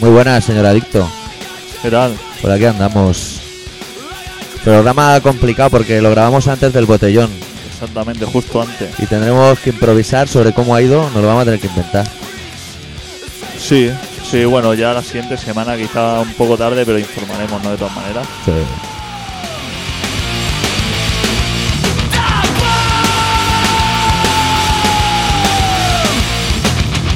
Muy buenas, señor adicto. ¿Qué tal? Por aquí andamos. Programa complicado porque lo grabamos antes del botellón Exactamente, justo antes. y tendremos que improvisar sobre cómo ha ido, nos lo vamos a tener que inventar. Sí, sí, bueno, ya la siguiente semana quizá un poco tarde, pero informaremos, ¿no? De todas maneras.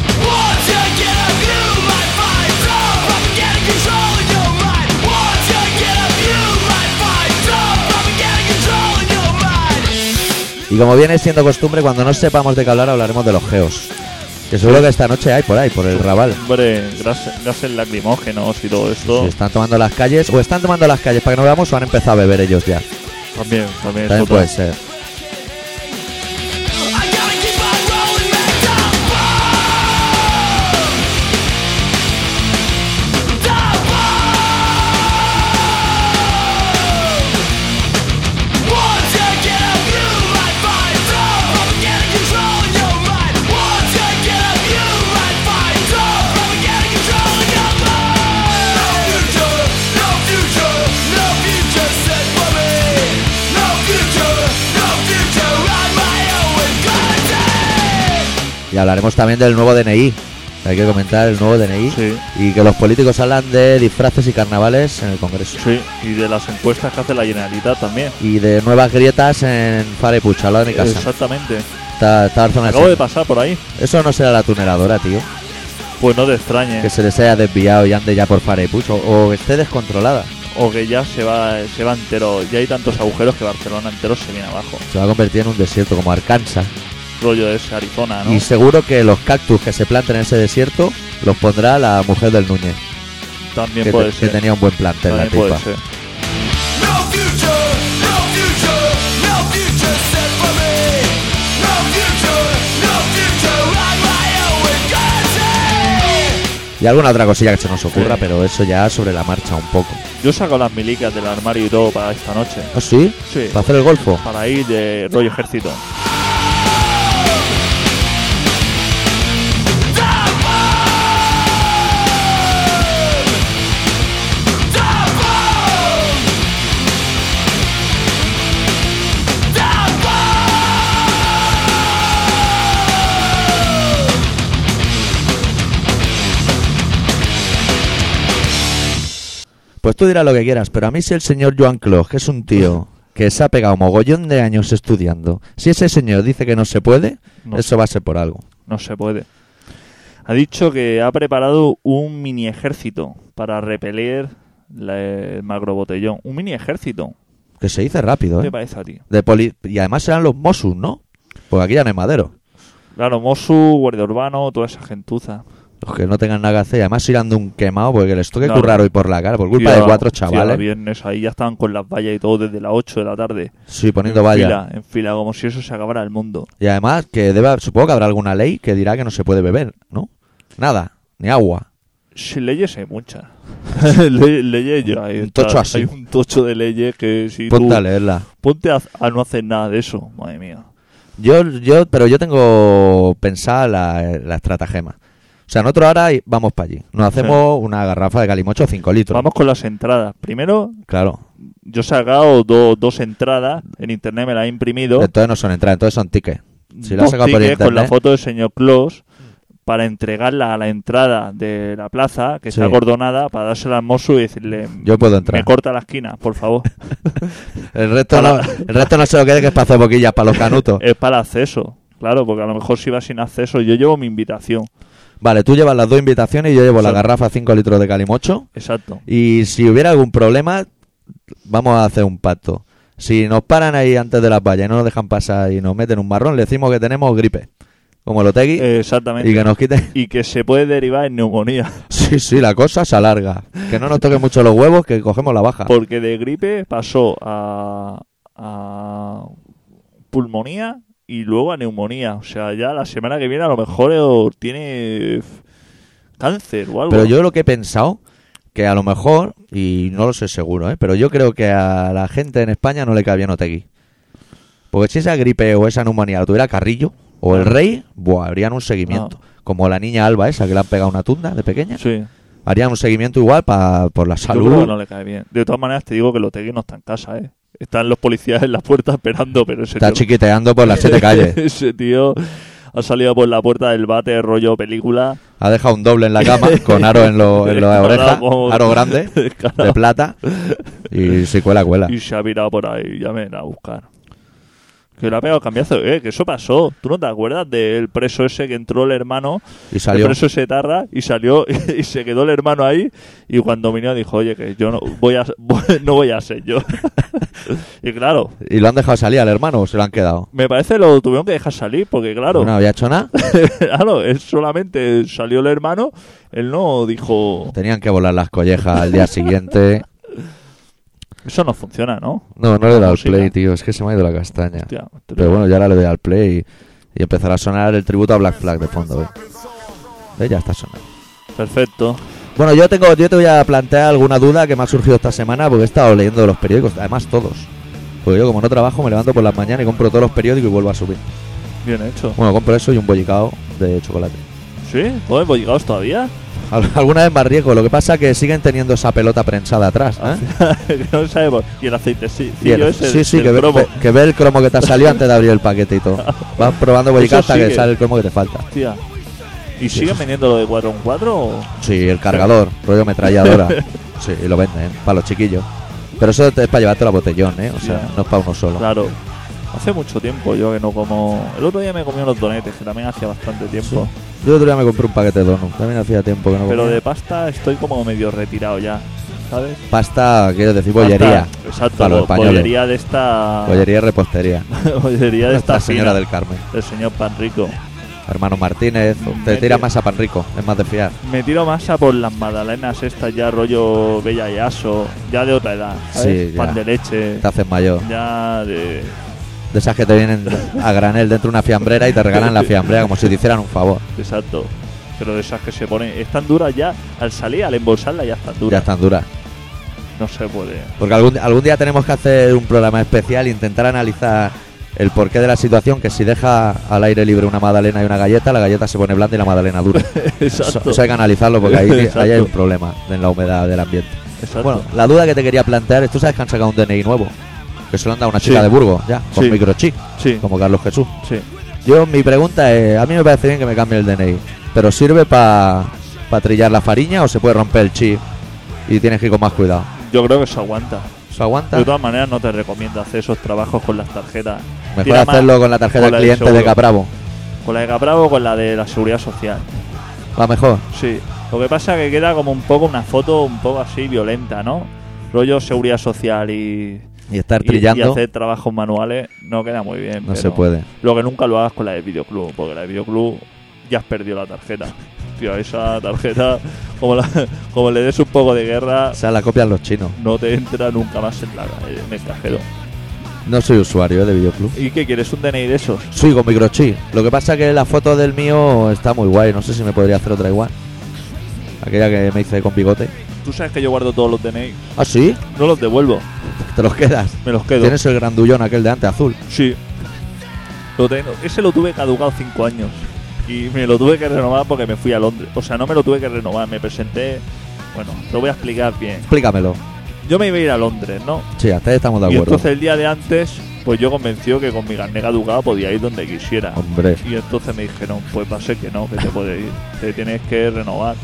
Once you get a groove, might find some propaganda control in your mind. Once you get a groove, might find some propaganda control in your mind. Y como viene siendo costumbre, cuando no sepamos de qué hablar, hablaremos de los geos. Que seguro que esta noche hay por ahí, por el Raval. Hombre, gases, gases lacrimógenos y todo esto. Si están tomando las calles, o están tomando las calles para que no veamos, o han empezado a beber ellos ya. También, también, es También otra. puede ser. I gotta keep on rolling my top bomb. Top bomb. Once you get a groove, might find some propaganda control in your mind. Once you get a groove, might find some propaganda control in your mind. No future, no future, no future set for me. No future, no future on my own contact. Y hablaremos también del nuevo DNI. Hay que comentar el nuevo DNI. Sí. Y que los políticos hablan de disfraces y carnavales en el Congreso. Sí, y de las encuestas que hace la Generalitat también. Y de nuevas grietas en Fara y Pucha, al lado de mi casa. Exactamente. Está, está la zona Acabo de seca. pasar por ahí. Eso no será la tuneladora, tío. Pues no te extrañe. Que se les haya desviado y ande ya por Fara y Pucha. O, o esté descontrolada. O que ya se va, se va entero. Ya hay tantos agujeros que Barcelona entero se viene abajo. Se va a convertir en un desierto como Arkansas. Rollo de ese Arizona, ¿no? Y seguro que los cactus que se planten en ese desierto los pondrá la mujer del Núñez. también Que, puede te- que ser. tenía un buen plantel la también puede tipa. ser. No future, no future, no future set for me. No future, no future on my own contact. Y alguna otra cosilla que se nos ocurra, Sí. pero eso ya sobre la marcha un poco. Yo saco las milicas del armario y todo para esta noche. ¿Ah, sí? Sí. ¿Para hacer el golfo? Para ir de rollo ejército. Pues tú dirás lo que quieras, pero a mí si el señor Joan Clos, que es un tío que se ha pegado mogollón de años estudiando, si ese señor dice que no se puede, No. eso va a ser por algo. No se puede. Ha dicho que ha preparado un mini ejército para repeler la- el macrobotellón. Un mini ejército. Que se dice rápido, ¿Qué te ¿eh? parece a ti? De poli- y además serán los Mossus, ¿no? Porque aquí ya no hay madero. Claro, Mosu, Guardia Urbano, toda esa gentuza. Los que no tengan nada que hacer, y además irán de un quemado porque les toque No, currar no. hoy por la cara, por culpa Tío, de cuatro tío, chavales. viernes ahí ya estaban con las vallas y todo desde las 8 de la tarde. sí, poniendo en vallas. Fila, en fila, como si eso se acabara el mundo. Y además que deba, supongo que habrá alguna ley que dirá que no se puede beber, ¿no? Nada, ni agua. Si leyes hay muchas. Le- leyes ya. Hay, Un tocho así. Hay un tocho de leyes que si tú- Ponte a leerla. Ponte a, a no hacer nada de eso, madre mía. Yo, yo, pero yo tengo pensada la, la estratagema. O sea, nosotros ahora vamos para allí. Nos hacemos una garrafa de calimocho 5 litros. Vamos con las entradas. Primero, Claro. yo he sacado do- dos entradas. En internet me las he imprimido. Entonces no son entradas, entonces son tickets. Si lo has dos sacado por tickets con la internet, foto del señor Claus para entregarla a la entrada de la plaza que está Sí. acordonada para dársela al Mosu y decirle yo puedo entrar. me corta la esquina, por favor. El resto, no, Para- Eh. el resto no se lo quede que es para hacer boquillas, para los canutos. es para acceso. Claro, porque a lo mejor si va sin acceso, yo llevo mi invitación. Vale, tú llevas las dos invitaciones y yo llevo la Sí. garrafa 5 litros de calimocho. Exacto. Y si hubiera algún problema, vamos a hacer un pacto. Si nos paran ahí antes de las vallas y no nos dejan pasar y nos meten un marrón, le decimos que tenemos gripe. Como lo tegui. Eh, Exactamente. Y que nos quiten. y que se puede derivar en neumonía. Sí, sí, la cosa se alarga. Que no nos toquen mucho los huevos, que cogemos la baja. Porque de gripe pasó a, a pulmonía y luego a neumonía. O sea, ya la semana que viene a lo mejor eh, tiene f- cáncer o algo. Pero yo lo que he pensado, que a lo mejor, y no lo sé seguro, ¿eh? pero yo creo que a la gente en España no le cae bien Otegui. Porque si esa gripe o esa neumonía la tuviera Carrillo o el Rey, buah, habrían un seguimiento. Como la niña Alba esa que le han pegado una tunda de pequeña. Sí. Harían un seguimiento igual pa- por la Yo creo salud. que no le cae bien. De todas maneras, te digo que Lotegui no está en casa, ¿eh? Están los policías en la puerta esperando, pero ese Está tío... chiquiteando por las siete calles. ese tío ha salido por la puerta del bate rollo película. Ha dejado un doble en la cama con aro en, lo- en las Descarado orejas, como- aro grande, de plata. Y se cuela, cuela. Y se ha virado por ahí, ya me irá a buscar. Que le ha pegado cambiazo, eh, que eso pasó. ¿Tú no te acuerdas del preso ese que entró el hermano? Y salió. El preso ese tarra y salió y se quedó el hermano ahí. Y cuando vino dijo, oye, que yo no voy a, no voy a ser yo. y claro, ¿Y lo han dejado salir al hermano o se lo han quedado? me parece lo tuvieron que dejar salir, porque claro, No había hecho nada. claro, él solamente salió el hermano, él no dijo, Tenían que volar las collejas al día siguiente. eso no funciona, ¿no? No, no le he dado al Música. play, tío. Es que se me ha ido la castaña. Hostia, te lo- Pero bueno, ya ahora le doy al play y, y empezará a sonar el tributo a Black Flag de fondo. ¿ves? ¿Ves? Ya está sonando. Perfecto. Bueno, yo, tengo, yo te voy a plantear alguna duda que me ha surgido esta semana porque he estado leyendo los periódicos, además todos. Porque yo como no trabajo me levanto por las mañanas y compro todos los periódicos y vuelvo a subir. Bien hecho. Bueno, compro eso y un bollicao de chocolate. ¿Sí? ¿Joder, pues llegados todavía? Al- Alguna vez más riesgo, lo que pasa es que siguen teniendo esa pelota prensada atrás. ¿eh? Que no sabemos. Y el aceite, Ah, sí. Y el- ese, sí, sí, del que ve, cromo. ve- que ve el cromo que te ha salido antes de abrir el paquete y todo. Vas probando bollicao Eso hasta que sigue. sale el cromo que te falta. Hostia. ¿Y siguen vendiendo lo de 4 en 4 o...? Sí, el cargador, rollo ametralladora. Sí, y lo venden, para los chiquillos. Pero eso te- es para llevarte la botellón, ¿eh? O sea, Ya. no es para uno solo. Claro. Hace mucho tiempo yo que no como... El otro día me comí unos donetes, que también hacía bastante tiempo. Yo otro día me compré un paquete de donuts. También hacía tiempo que no Pero comía. de pasta estoy como medio retirado ya, ¿sabes? Pasta, quiero decir, bollería. Pasta- exacto, Para los bo- españoles. bollería de esta... Bollería y repostería. bollería de esta Nuestra señora fina, del Carmen. del señor Panrico. Hermano Martínez, te tira Me tira. más a pan rico, es más de fiar. Me tiro masa por las magdalenas estas ya rollo bella y aso, ya de otra edad, ¿sabes? Sí, ya. Pan de leche, Te haces mayor. ya de... De esas que te vienen a granel dentro de una fiambrera y te regalan la fiambrera como si te hicieran un favor. Exacto. Pero de esas que se ponen... Están duras ya, al salir, al embolsarla ya están Ya duras. están duras. No se puede. Porque algún, algún día tenemos que hacer un programa especial e intentar analizar el porqué de la situación, que si deja al aire libre una magdalena y una galleta, la galleta se pone blanda y la magdalena dura. Eso, Exacto. eso hay que analizarlo porque ahí, Exacto. ahí hay un problema en la humedad del ambiente. exacto. Bueno, la duda que te quería plantear es, ¿tú sabes que han sacado un DNI nuevo? Que se lo han dado a una chica Sí. de Burgos, ya, con Sí. microchip, sí, como Carlos Jesús. sí. Yo, mi pregunta es, a mí me parece bien que me cambie el DNI, pero ¿sirve para trillar la fariña o se puede romper el chip y tienes que ir con más cuidado? Yo creo que se aguanta. ¿Eso aguanta? De todas maneras, no te recomiendo hacer esos trabajos con las tarjetas. Mejor Tira hacerlo más con la tarjeta con la del cliente de seguro. Capravo. Con la de Capravo o con la de la Seguridad Social. Va mejor. Sí. Lo que pasa es que queda como un poco una foto un poco así violenta, ¿no? Rollo Seguridad Social y... Y estar y- Y, trillando hacer trabajos manuales no queda muy bien. no pero se puede. Lo que nunca lo hagas con la de videoclub, porque la de videoclub ya has perdido la tarjeta. Tío, esa tarjeta, como, la- como le des un poco de guerra, O sea, la copian los chinos. no te entra nunca más en, la, en el cajero. No soy usuario eh, de videoclub. ¿Y qué quieres? ¿Un DNI de esos? Soy con microchip. Lo que pasa que la foto del mío está muy guay. No sé si me podría hacer otra igual. Aquella que me hice con bigote. Tú sabes que yo guardo todos los DNI. Ah, sí. Pues No los devuelvo, Te los quedas. me los quedo. Tienes el grandullón aquel de antes, azul. Sí. Lo tengo. Ese lo tuve caducado cinco años. Y me lo tuve que renovar porque me fui a Londres. O sea, no me lo tuve que renovar. Me presenté. Bueno, lo voy a explicar bien. Explícamelo. Yo me iba a ir a Londres, ¿no? Sí, hasta ahí estamos de Y acuerdo. entonces el día de antes, pues yo convenció que con mi carnet caducado podía ir donde quisiera. Hombre, Y entonces me dijeron, pues va a ser que no, que te puedes ir. Te tienes que renovar.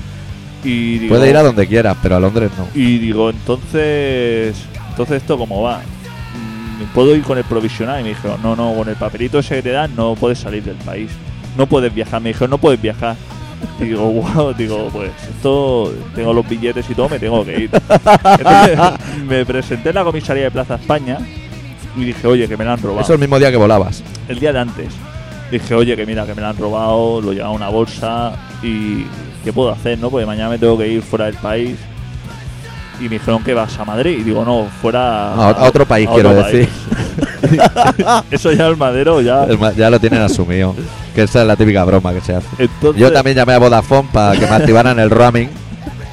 Y digo, puede ir a donde quieras, pero a Londres no. Y digo, entonces, entonces esto cómo va? Mm, ¿Puedo ir con el provisional? Y me dijeron, no, no, con el papelito ese que te dan no puedes salir del país. No puedes viajar. Me dijeron, no puedes viajar. Y digo, wow, digo, pues esto, tengo los billetes y todo, me tengo que ir. Entonces, me presenté en la comisaría de Plaza España y dije, oye, que me la han robado Eso el mismo día que volabas. el día de antes. Dije, oye, que mira, que me la han robado, lo llevaba en una bolsa y ¿qué puedo hacer, no? Porque mañana me tengo que ir fuera del país. Y me dijeron que vas a Madrid. Y digo, no, fuera... A- a otro país, quiero decir. país. Eso ya el madero, ya... El ma- Ya lo tienen asumido. Que esa es la típica broma que se hace. Entonces, Yo también llamé a Vodafone para que me activaran el roaming.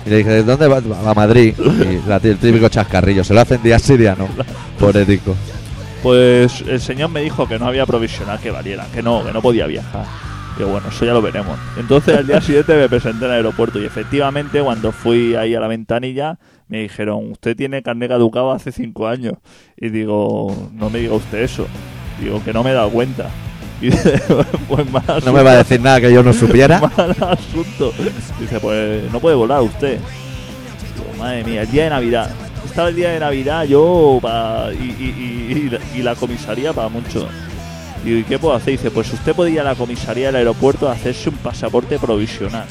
Y le dije, ¿dónde vas? A Madrid. Y la- el típico chascarrillo. Se lo hacen día sí, día no. Poético. Pues el señor me dijo que no había provisional que valiera, que no, que no podía viajar. Pero bueno, eso ya lo veremos. Entonces al día siguiente me presenté en el aeropuerto y efectivamente cuando fui ahí a la ventanilla me dijeron, usted tiene carnet caducado hace cinco años. Y digo, no me diga usted eso. Digo, que no me he dado cuenta. Y dice, pues mal No asunto, me va a decir nada que yo no supiera. mal asunto. Dice, pues no puede volar usted. Digo, madre mía, el día de Navidad. Estaba el día de Navidad yo pa- y, y- y- y la- y la comisaría para mucho. Digo, ¿y qué puedo hacer? Dice, pues usted podía ir a la comisaría del aeropuerto a hacerse un pasaporte provisional.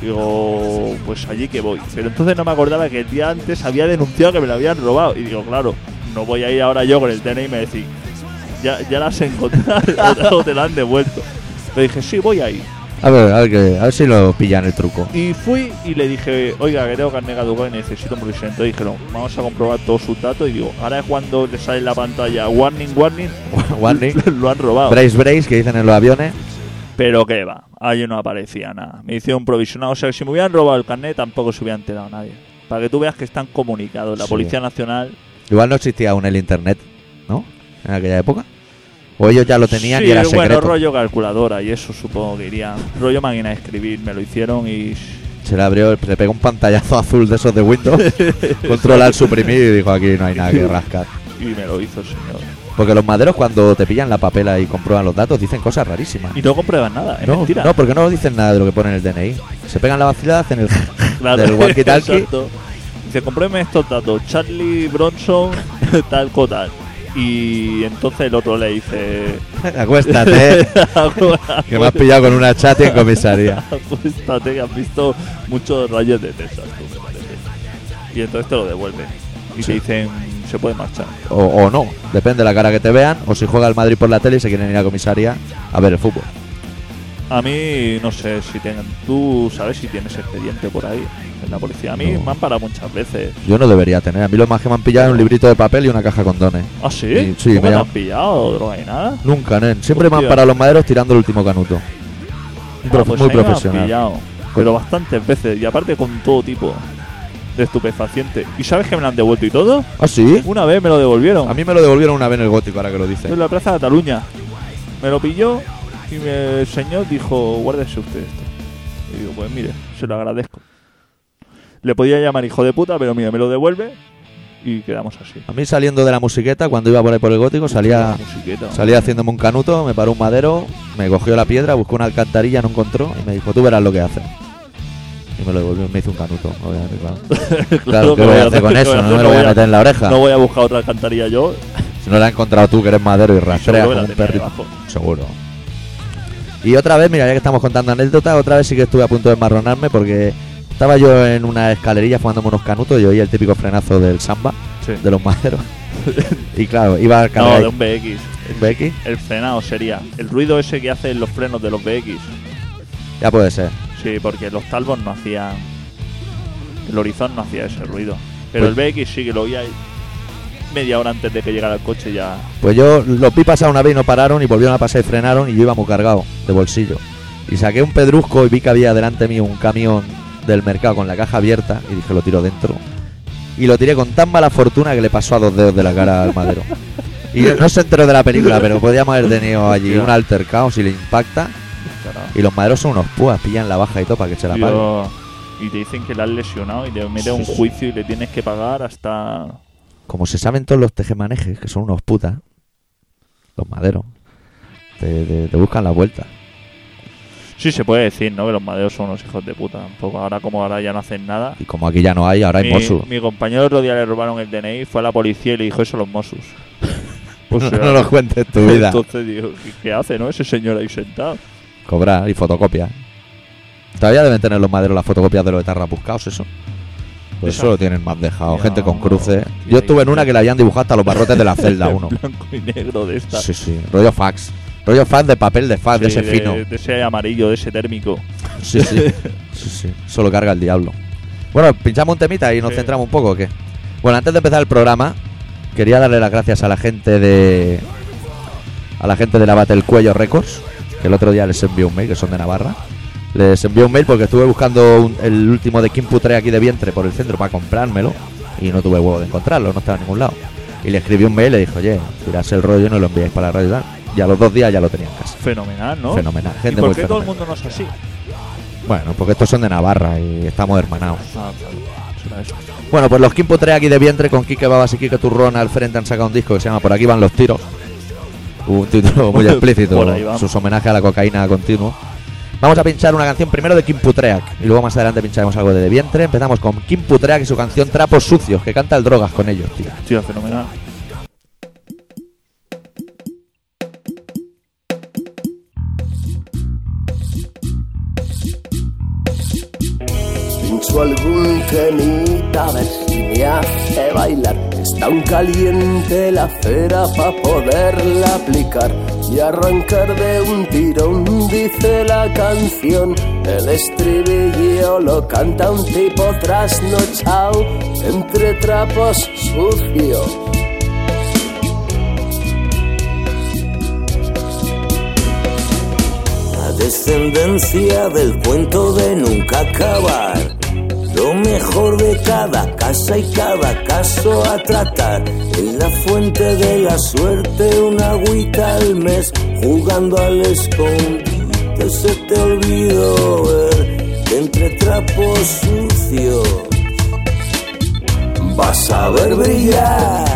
Digo, pues allí que voy. Pero entonces no me acordaba que el día antes había denunciado que me lo habían robado. Y digo, claro, no voy a ir ahora yo con el DNI y me decís, ya, ya las encontrado o te la han devuelto. Le dije, sí, voy ahí. A ver, a ver, que- a ver si lo pillan el truco. Y fui y le dije, oiga, que tengo carne caducado y necesito un provisional. Entonces dijeron, vamos a comprobar todos sus datos. Y digo, ahora es cuando le sale en la pantalla, warning, warning, Warning. lo han robado. Brace, brace, que dicen en los aviones. Pero qué va, ahí no aparecía nada. Me hicieron provisional. O sea, que si me hubieran robado el carnet tampoco se hubiera enterado nadie. Para que tú veas que están comunicados. La Sí. Policía Nacional. Igual no existía aún el internet, ¿no? En aquella época. O ellos ya lo tenían y era Sí, bueno, secreto. rollo calculadora y eso supongo que iría. Rollo máquina de escribir, me lo hicieron y. Se le abrió, le pegó un pantallazo azul de esos de Windows. controlar, suprimir y dijo aquí no hay nada que rascar. Y me lo hizo el señor. Porque los maderos cuando te pillan la papela y comprueban los datos dicen cosas rarísimas. Y no comprueban nada, es No, mentira. no, porque no dicen nada de lo que pone en el DNI. Se pegan la vacilada, hacen el Claro, del walkie-talkie. exacto. Dice, compruebe estos datos. Charlie Bronson, tal cotal. Y entonces el otro le dice. Acuéstate, que me has pillado con una chat en comisaría. Acuéstate que has visto muchos rayos de Texas, tú, me parece. Y entonces te lo devuelven. Y te dicen, se puede marchar. O, o no, depende de la cara que te vean. O si juega el Madrid por la tele y se quieren ir a comisaría a ver el fútbol. A mí, no sé si tengan. Tú sabes si tienes expediente por ahí en la policía. A mí No. me han parado muchas veces. Yo no debería tener. A mí lo más que me han pillado es un librito de papel y una caja con dones. ¿Ah, sí? Sí, sí, ¿Cómo me te llama- han pillado? ¿Droga y nada? Nunca, nen. Siempre me Hostia. han parado los maderos tirando el último canuto. Un profe- Ah, pues muy ahí me han profesional. pillado, pero bastantes veces, y aparte con todo tipo de estupefacientes. ¿Y sabes que me lo han devuelto y todo? ¿Ah, sí? Una vez me lo devolvieron. A mí me lo devolvieron una vez en el gótico, ahora que lo dices. En la Plaza de Cataluña. Me lo pilló y me- el señor dijo, guárdese usted esto. Y digo, pues mire, se lo agradezco. Le podía llamar hijo de puta, pero mira, me lo devuelve y quedamos así. A mí saliendo de la musiqueta, cuando iba por ahí por el gótico, La salía, musiqueta. salía haciéndome un canuto, me paró un madero, me cogió la piedra, buscó una alcantarilla, no encontró y me dijo, tú verás lo que haces. Y me lo devolvió, me hizo un canuto, obviamente, claro. Claro, ¿qué que voy a hacer con eso? No me lo voy a meter en la oreja. No voy a buscar otra alcantarilla yo. Si no la has encontrado tú, que eres madero y rastreas seguro que como la un tenía perrito. debajo. Seguro. Y otra vez, mira, ya que estamos contando anécdotas, otra vez sí que estuve a punto de marronarme porque estaba yo en una escalerilla fumándome unos canutos y oí el típico frenazo del samba, Sí. de los maderos. y claro, iba a No, cargar de un BX. un BX. El frenado sería el ruido ese que hacen los frenos de los BX. Ya puede ser. Sí, porque los Talbot no hacían. El Horizon no hacía ese ruido. Pues Pero el BX sí que lo oía ahí media hora antes de que llegara el coche ya. Pues yo los vi pasar una vez y no pararon y volvieron a pasar y frenaron y yo iba muy cargado de bolsillo. Y saqué un pedrusco y vi que había delante mío un camión del mercado con la caja abierta y dije lo tiro dentro. Y lo tiré con tan mala fortuna que le pasó a dos dedos de la cara al madero. Y no se enteró de la película, pero podíamos haber tenido allí un altercado si le impacta. Y los maderos son unos púas, pillan la baja y todo para que se la paguen. Tío, y te dicen que le has lesionado y te meten a un Sí, sí. juicio y le tienes que pagar hasta. Como se saben todos los tejemanejes, que son unos putas, los maderos, te- te- te buscan la vuelta. Sí, se puede decir, ¿no? Que los maderos son unos hijos de puta. Tampoco ahora, como ahora ya no hacen nada. Y como aquí ya no hay, ahora hay mi, Mosu. mi compañero otro día le robaron el DNI, fue a la policía y le dijo eso a los Mossos. O No, sea, no lo cuentes tu vida. Entonces digo, ¿qué- ¿qué hace, no? Ese señor ahí sentado. Cobrar y fotocopia. Todavía deben tener los maderos las fotocopias de los etarras buscados, eso. Pues Esa- eso lo tienen más dejado. Ya, Gente con no, cruces. tío, Yo estuve en ahí- una que le habían dibujado hasta los barrotes de la celda En 1. Blanco y negro de esta. Sí, sí. Rollo fax. Rollo fax de papel de fax, de Sí, ese fino. De ese amarillo, de ese térmico. Sí, sí. sí, sí. Eso lo carga el diablo. Bueno, pinchamos un temita y nos Sí. centramos un poco, ¿o qué? Bueno, antes de empezar el programa, quería darle las gracias a la gente de. A la gente de la Battle Cuello Records, que el otro día les envió un mail, que son de Navarra. Les envió un mail porque estuve buscando un- el último de Kim Putre aquí de vientre por el centro para comprármelo y no tuve huevo de encontrarlo, no estaba en ningún lado. Y le escribí un mail y le dije, oye, tirarse el rollo y no lo enviáis para la radio y tal. y a los dos días ya lo tenía en casa. Fenomenal, ¿no? Fenomenal, ¿Y gente por muy qué todo el fenomenal. mundo no es así? Bueno, porque estos son de Navarra y estamos hermanados. Ah, claro, será eso. Bueno, pues los Kimpo 3 aquí de vientre con Quique Babas y Quique Turrón al frente han sacado un disco que se llama Por aquí van los tiros. Un título muy explícito, Por ahí vamos. sus homenajes a la cocaína continuo. Vamos a pinchar una canción primero de Kim Putreak y luego más adelante pincharemos algo de De Vientre. Empezamos con Kim Putreak y su canción Trapos Sucios, que canta el Drogas con ellos, tío. Tío, fenomenal. Pincho algún temita a ver si me hace bailar. Está un caliente la cera pa' poderla aplicar y arrancar de un tirón, dice la canción. El estribillo lo canta un tipo trasnochado entre trapos sucios. La descendencia del cuento de nunca acabar. Lo mejor de cada casa y cada caso a tratar. Es la fuente de la suerte, una agüita al mes. Jugando al escondite se te olvidó ver que entre trapos sucios vas a ver brillar.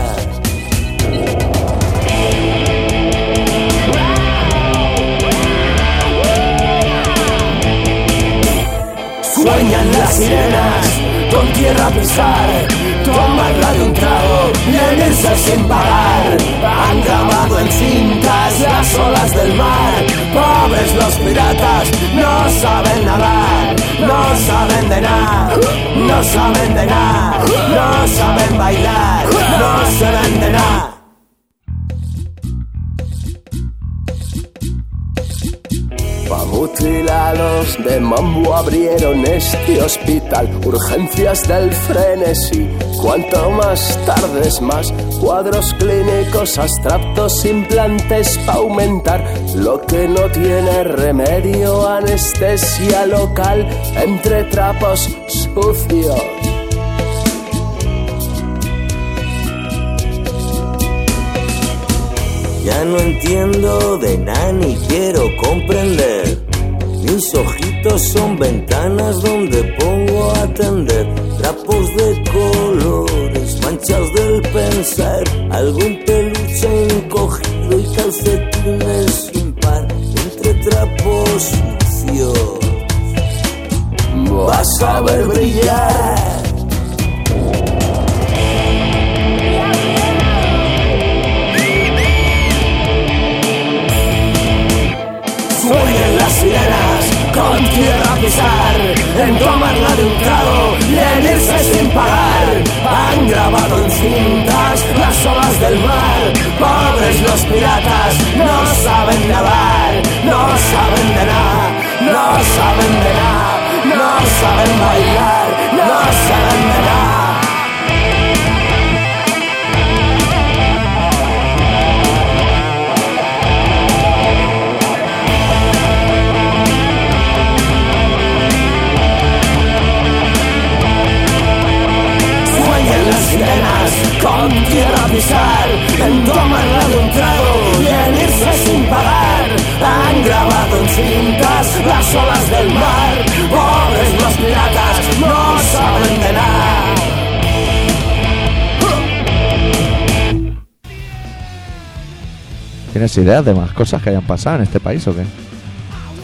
Sueñan las sirenas con tierra a pisar, tomarla de un trago y en esa sin parar. Han grabado en cintas las olas del mar, pobres los piratas, no saben nadar, no saben de nada, no saben de nada, no saben bailar, no saben de nada. Pa' mutilar los de mambo abrieron este hospital. Urgencias del frenesí. Cuanto más tardes más. Cuadros clínicos abstractos, implantes para aumentar. Lo que no tiene remedio, anestesia local. Entre trapos sucios. Ya no entiendo de nada ni quiero comprender. Mis ojitos son ventanas donde pongo a tender trapos de colores, manchas del pensar, algún peluche encogido y calcetines sin par entre trapos sucios. Vas a ver brillar. Sueñan las sirenas con tierra a pisar En tomarla de un trago y en irse sin pagar Han grabado en cintas las olas del mar Pobres los piratas, no saben nadar No saben de nada, no saben de nada No saben bailar, no saben de nada Sueñan las sirenas con tierra a pisar En tomarla de un trago y en irse sin pagar Han grabado en cintas las olas del mar Pobres los piratas no saben de nada ¿Tienes ideas de más cosas que hayan pasado en este país o qué?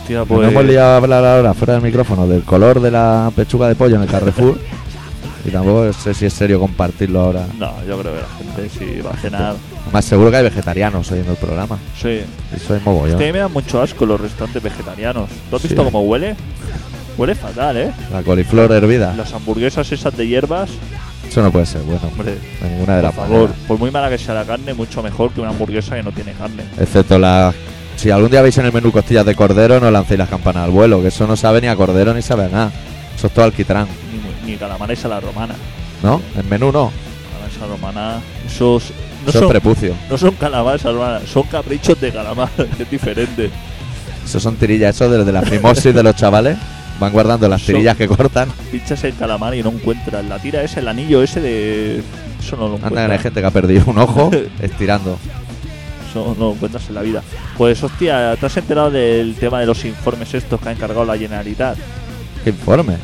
Tía, Nos pues. hemos liado a hablar ahora fuera del micrófono del color de la pechuga de pollo en el Carrefour y tampoco sé si es serio compartirlo ahora. No, yo creo que la gente sí va a cenar. Más seguro que hay vegetarianos oyendo el programa. Sí. Y soy mogollón. Es que a mí me dan mucho asco los restaurantes vegetarianos. ¿Tú has Sí. visto cómo huele? Huele fatal, ¿eh? La coliflor hervida. Las hamburguesas esas de hierbas, Eso no puede ser bueno. hombre, De ninguna de por las favor, maneras. por muy mala que sea la carne, mucho mejor que una hamburguesa que no tiene carne. Excepto la. Si algún día veis en el menú costillas de cordero, no lancéis las campanas al vuelo, que eso no sabe ni a cordero ni sabe a nada. Eso es todo alquitrán, Ni, ni calamares a la romana. ¿no? En menú no. Calamares a la romana, esos. No Eso es son, prepucio. no son calamares a la romana, son caprichos de calamar, es diferente. Eso son tirillas. Eso desde la primosis de los chavales. Van guardando las Eso. tirillas que cortan. Pinchas el calamar y no encuentras la tira ese, el anillo ese de. Eso no lo Anda, que hay encuentras. gente que ha perdido un ojo estirando. Eso no, no encuentras en la vida. Pues hostia, ¿te has enterado del tema de los informes estos que ha encargado la Generalitat? ¿Qué informe?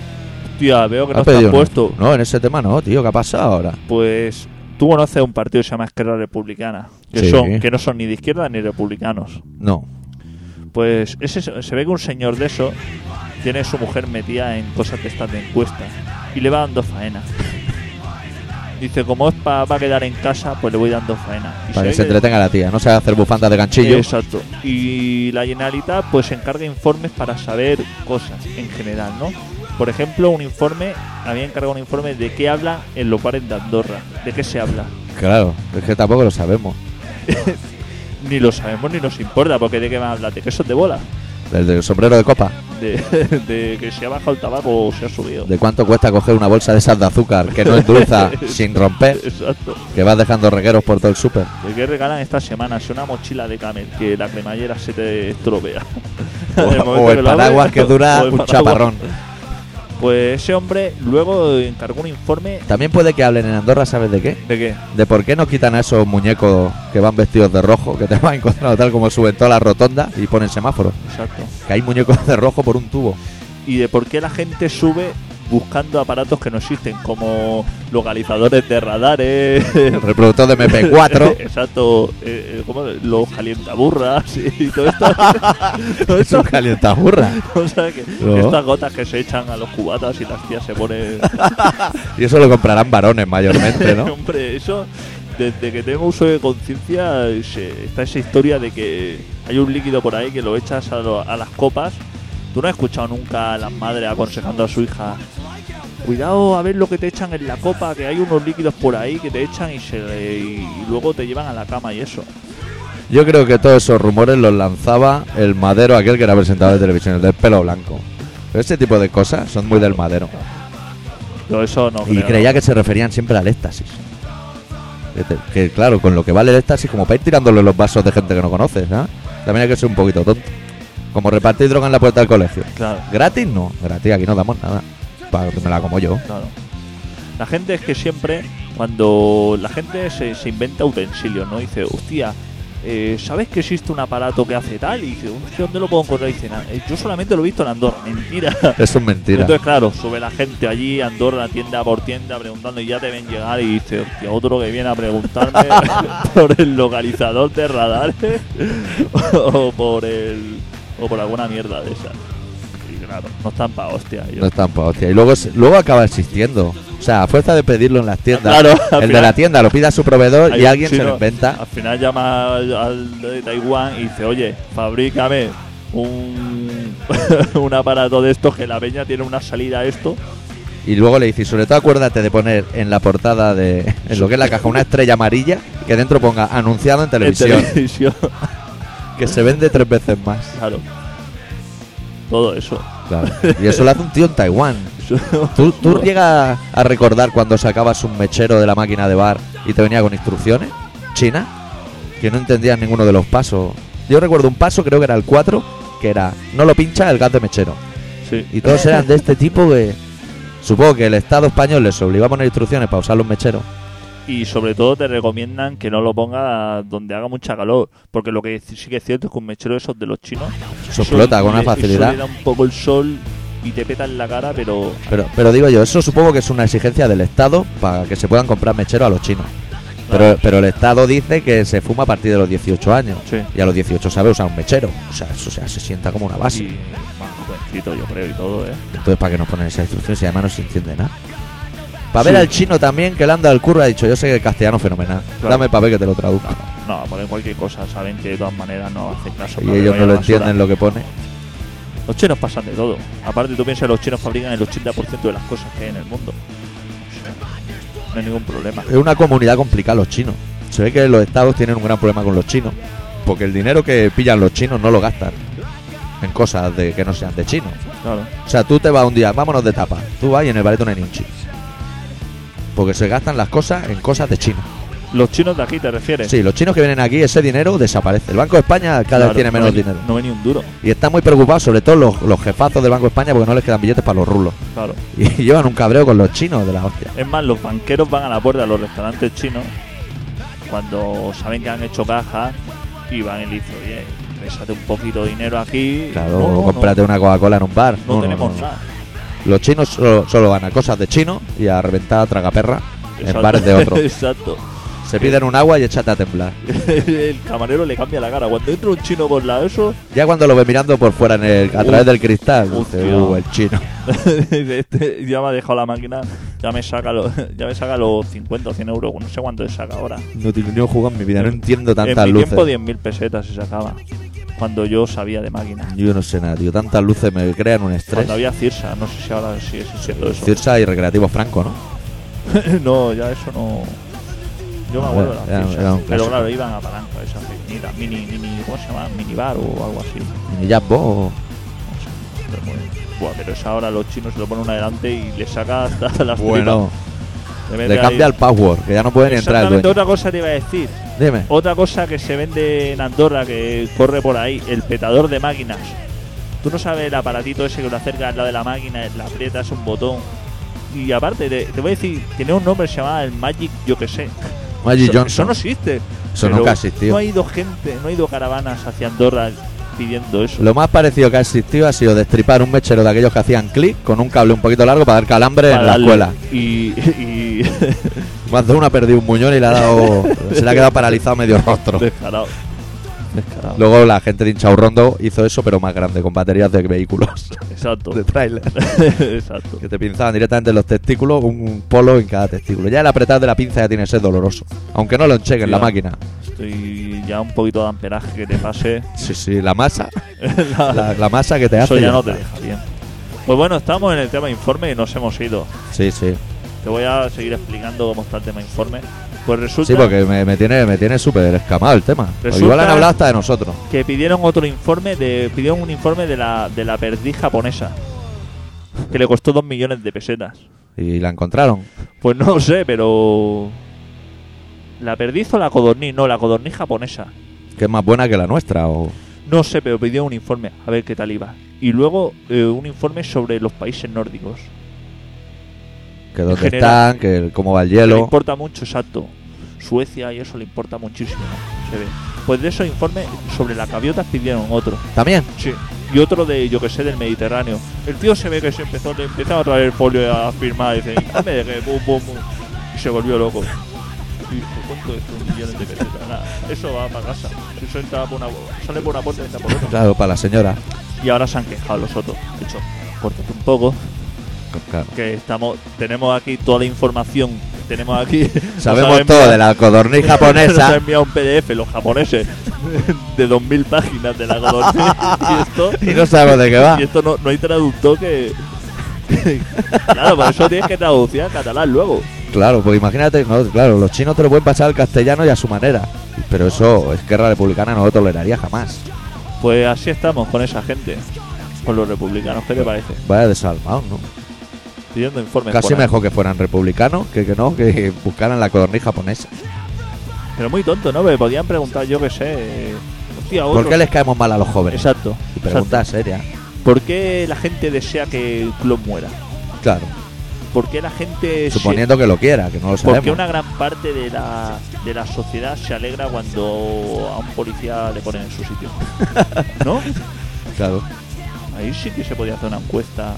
Hostia, veo que ¿Ha no te pedido han uno? puesto. No, en ese tema no, tío. ¿Qué ha pasado ahora? Pues tú conoces un partido que se llama Esquerra Republicana, que, Sí. son, que no son ni de izquierda ni republicanos. No. Pues ese, se ve que un señor de eso tiene a su mujer metida en cosas de estas de encuestas y le va dando faena. Dice, como es pa- va a quedar en casa, pues le voy dando faena. Y Para que ve se que- entretenga la tía. No se va a hacer bufandas de ganchillo. Exacto. Y la Generalitat pues se encarga informes para saber cosas en general, ¿no? Por ejemplo, un informe, había encargado un informe de qué habla en los bares de Andorra, de qué se habla. Claro, es que tampoco lo sabemos. Ni lo sabemos ni nos importa, porque de qué van a hablar, de quesos de bola, Desde el sombrero de copa. de, de que se ha bajado el tabaco o se ha subido. De cuánto cuesta coger una bolsa de sal de azúcar que no endulza sin romper. Exacto. Que vas dejando regueros por todo el súper. ¿De qué regalan esta semana? Si una mochila de camel, que la cremallera se te estropea. En O- momento o el lo abres, paraguas que dura o el un paraguas. chaparrón. Pues ese hombre luego encargó un informe También puede que hablen en Andorra, ¿sabes de qué? de qué. De por qué no quitan a esos muñecos que van vestidos de rojo, que te van encontrando tal como suben todas las rotondas y ponen semáforos. Exacto. Que hay muñecos de rojo por un tubo. Y de por qué la gente sube buscando aparatos que no existen, como localizadores de radares. El reproductor de MP4. Exacto, eh, eh, ¿cómo? los calientaburras y todo esto. todo es un esto calientaburra. o sea, que No. Estas gotas que se echan a los cubatas y las tías se ponen. Y eso lo comprarán varones mayormente, ¿no? Hombre, eso, desde que tengo uso de conciencia, se- está esa historia de que hay un líquido por ahí que lo echas a, lo- a las copas. Tú no has escuchado nunca a las madres aconsejando a su hija. Cuidado a ver lo que te echan en la copa, que hay unos líquidos por ahí que te echan y, se, y luego te llevan a la cama y eso. Yo creo que todos esos rumores los lanzaba el madero aquel que era presentador de televisión, el del pelo blanco. Pero ese tipo de cosas son muy del madero. Pero eso no. Y creo, creía que se referían siempre al éxtasis. Que, te- que, claro, con lo que vale el éxtasis, como para ir tirándole los vasos de gente que no conoces, ¿no? También hay que ser un poquito tonto. Como repartir droga en la puerta del colegio. ¿no? Claro. ¿Gratis? No, gratis, aquí no damos nada. Para que me la como yo. Claro. La gente es que siempre, cuando la gente se, se inventa utensilios, ¿no? Dice, hostia, eh, ¿sabes que existe un aparato que hace tal? Y dice, hostia, ¿dónde lo puedo encontrar? Y dice, "Na- eh, yo solamente lo he visto en Andorra, mentira. Eso es mentira. Entonces, claro, sube la gente allí, Andorra, tienda por tienda, preguntando y ya te ven llegar y dice, hostia, otro que viene a preguntarme por el localizador de radares o por el o por alguna mierda de esas. Y claro, no están pa' hostia. ellos. No están pa' hostia. Y luego, se- luego acaba existiendo. O sea, a fuerza de pedirlo en las tiendas. Claro, al el de final- la tienda lo pide a su proveedor Hay y un alguien se chino, lo inventa. Al final llama al, al de Taiwán y dice, oye, fabrícame un, un aparato de estos que la peña tiene una salida a esto. Y luego le dice, y sobre todo acuérdate de poner en la portada de en lo que es la caja una estrella amarilla que dentro ponga anunciado en televisión. En televisión. que se vende tres veces más. claro. Todo eso. Claro. Y eso lo hace un tío en Taiwán. Eso- ¿Tú, tú llegas a recordar cuando sacabas un mechero de la máquina de bar y te venía con instrucciones? ¿China? Que no entendías ninguno de los pasos. Yo recuerdo un paso, creo que era el 4, que era no lo pincha el gas de mechero. sí. Y todos eran de este tipo que... Supongo que el Estado español les obligó a poner instrucciones para usar los mecheros. Y sobre todo te recomiendan que no lo pongas donde haga mucha calor. Porque lo que sí que es cierto es que un mechero de esos de los chinos. Se explota con una eso le- facilidad. eso le da un poco el sol y te peta en la cara, pero Pero, pero digo yo, eso supongo que es una exigencia del Estado para que se puedan comprar mecheros a los chinos. Pero, Claro. pero el Estado dice que se fuma a partir de los 18 años. Sí. Y a los 18 sabe usar un mechero. O sea, eso ya se sienta como una base. y más jovencito, yo creo, y todo, ¿eh? Entonces, ¿para qué nos ponen esas instrucciones? Y además no se entiende nada. Para ver Sí. al chino también que le anda al curro ha dicho, yo sé que el castellano es fenomenal. Claro. Dame papel que te lo traduzco. No, ponen cualquier cosa, saben que de todas maneras no hacen caso. Y para que ellos vaya no a lo la basura. entienden lo que pone. Los chinos pasan de todo. Aparte, tú piensas, los chinos fabrican el 80% de las cosas que hay en el mundo. O sea, no hay ningún problema. Es una comunidad complicada los chinos. Se ve que los estados tienen un gran problema con los chinos. Porque el dinero que pillan los chinos no lo gastan en cosas de que no sean de chinos. Claro. O sea, tú te vas un día, vámonos de tapa. Tú vas y en el bareto no hay ni un chino. Porque se gastan las cosas en cosas de China. Los chinos de aquí, ¿te refieres? Sí, los chinos que vienen aquí, ese dinero desaparece. El Banco de España cada Claro, vez tiene no menos ve ni- dinero. No ve ni un duro, Y están muy preocupados, sobre todo los, los jefazos del Banco de España, porque no les quedan billetes para los rulos. claro. Y llevan un cabreo con los chinos de la hostia. Es más, los banqueros van a la puerta de los restaurantes chinos cuando saben que han hecho caja Y van y le dice, oye, pésate un poquito de dinero aquí. Claro, No, no, cómprate una Coca-Cola en un bar. no, no tenemos no. nada. Los chinos solo, solo van a cosas de chino y a reventar a tragaperra en Exacto. bares de otros. Exacto. Se piden un agua y échate a temblar. el camarero le cambia la cara. Cuando entra un chino por la ESO, Ya cuando lo ve mirando por fuera en el- a Uh, través del cristal, hostia. dice, "Uh, el chino. este, ya me ha dejado la máquina, ya me saca los, ya me saca los 50 o 100 euros, no sé cuánto le saca ahora. No tengo ni un juego en mi vida, no entiendo tantas en mi luces. tiempo 10.000 pesetas se sacaba, cuando yo sabía de máquina. Yo no sé nada, tío. Tantas luces me crean un estrés. Cuando había Cirsa, no sé si ahora sigue siendo eso. Cirsa y Recreativo Franco, ¿no? no, ya eso no. Yo me Ah, acuerdo bueno, de las era- Cirsa. era un Pero clásico. claro, iban a palanca esas pequeñitas, mini, mini, ¿cómo se llama? Minibar o algo así. Mini Jumbo. No sé, pero bueno. Buah, pero esa ahora los chinos se lo ponen adelante y le saca hasta las Bueno, tripas. Le, mete le ahí- cambia el password, que ya no pueden entrar el Exactamente, dueño. otra cosa te iba a decir. Dime. Otra cosa que se vende en Andorra, que corre por ahí, el petador de máquinas. Tú no sabes el aparatito ese que lo acercas al lado de la máquina, la aprietas un botón. Y aparte, te, te voy a decir, tiene un nombre se llama el Magic, yo que sé. Magic eso, Eso Johnson. no existe. Eso Pero nunca ha existido. No ha ido gente, no ha ido caravanas hacia Andorra pidiendo eso. Lo más parecido que ha existido ha sido destripar un mechero de aquellos que hacían clic con un cable un poquito largo para dar calambre Para en la darle- escuela. Y, y Más de uno ha perdido un muñón y le ha dado. se le ha quedado paralizado medio rostro. descarado. Descarado. Luego la gente de Inchaurrondo hizo eso, pero más grande, con baterías de vehículos. Exacto. de trailer. Exacto. Que te pinzaban directamente en los testículos un polo en cada testículo. Ya el apretar de la pinza ya tiene que ser doloroso. Aunque no lo enchequen la Ya. máquina. Estoy ya un poquito de amperaje que te pase. Sí, sí, la masa. La- La, la masa que te hace. Eso ya ya no te está. deja bien. Pues bueno, estamos en el tema informe y nos hemos ido. Sí, sí. Te voy a seguir explicando cómo está el tema informe. Pues resulta Sí, porque me, me tiene, me tiene súper escamado el tema. Resulta- Igual han hablado hasta de nosotros. que pidieron otro informe, de, pidieron un informe de la, de la perdiz japonesa, que le costó 2 millones de pesetas. Y la encontraron. Pues no lo sé, pero... ¿La perdiz o la codorniz? No, la codorniz japonesa. Que es más buena que la nuestra. O... No sé, pero pidieron un informe, a ver qué tal iba. Y luego eh, un informe sobre los países nórdicos. Que dónde general. están, que el- cómo va el Le hielo. importa mucho, exacto. Suecia y eso le importa muchísimo. Se ve. Pues de esos informes sobre las gaviotas pidieron otro. También. Sí. Y otro de, yo que sé, del Mediterráneo. El tío se ve que se empezó, le empezaron a traer el folio a firmar. Y dice, dame de que, bum, bum, bum. Y se volvió loco. Y dijo, ¿cuánto es un millón de pesetas? Nada, eso va para casa. Si eso entra por una, sale por una puerta, entra por otra. Claro, para la señora. Y ahora se han quejado los otros. De hecho, córtate un poco, Claro. que estamos, tenemos aquí toda la información. que Tenemos aquí. Nos Sabemos han todo enviado- de la codorniz Nos ha japonesa. enviado un PDF, los japoneses, de 2.000 páginas de la codorniz. y esto, y no sabemos de qué va. y esto no, no hay traductor que... claro, por eso tienes que traducir a catalán luego. Claro, pues imagínate, no, claro, los chinos te lo pueden pasar al castellano y a su manera. Pero eso, Esquerra Republicana no lo toleraría jamás. Pues así estamos con esa gente, con los republicanos. ¿Qué te parece? Vaya desalmado, ¿no? Pidiendo informes. Casi por ahí. mejor que fueran republicanos que que no, que buscaran la codorniz japonesa. Pero muy tonto, ¿no? Me podían preguntar, yo qué sé... eh, Hostia, otro- ¿Por qué les caemos mal a los jóvenes? Exacto. Y exacto. pregunta seria. ¿Por qué la gente desea que el club muera? Claro, ¿Por qué la gente... se- suponiendo que lo quiera, que no lo sabemos. Porque una gran parte de la, de la sociedad se alegra cuando a un policía le ponen en su sitio. ¿No? Claro. Ahí sí que se podía hacer una encuesta.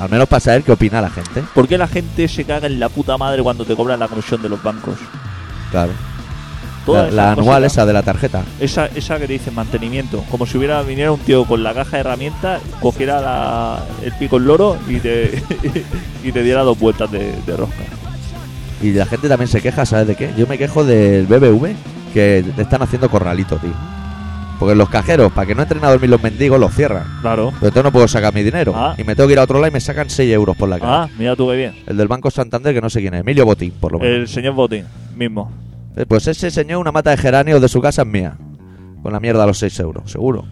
Al menos para saber qué opina la gente. ¿Por qué la gente se caga en la puta madre cuando te cobran la comisión de los bancos? Claro. Todas La, esas la anual cositas. esa de la tarjeta. Esa, esa que te dicen mantenimiento. Como si hubiera viniera un tío con la caja de herramientas, cogiera la- el pico en loro y te, y te diera dos vueltas de, de rosca. Y la gente también se queja, ¿sabes de qué? Yo me quejo del BBV, que te están haciendo corralito, tío. Porque los cajeros, para que no entren a dormir los mendigos, los cierran. Claro. Pero entonces no puedo sacar mi dinero. Ah. Y me tengo que ir a otro lado y me sacan 6 euros por la cara. Ah, mira tú qué bien. El del Banco Santander, que no sé quién es. Emilio Botín, por lo menos. El señor Botín mismo. Eh, Pues ese señor, una mata de geranios de su casa es mía. Con la mierda a los 6 euros, seguro.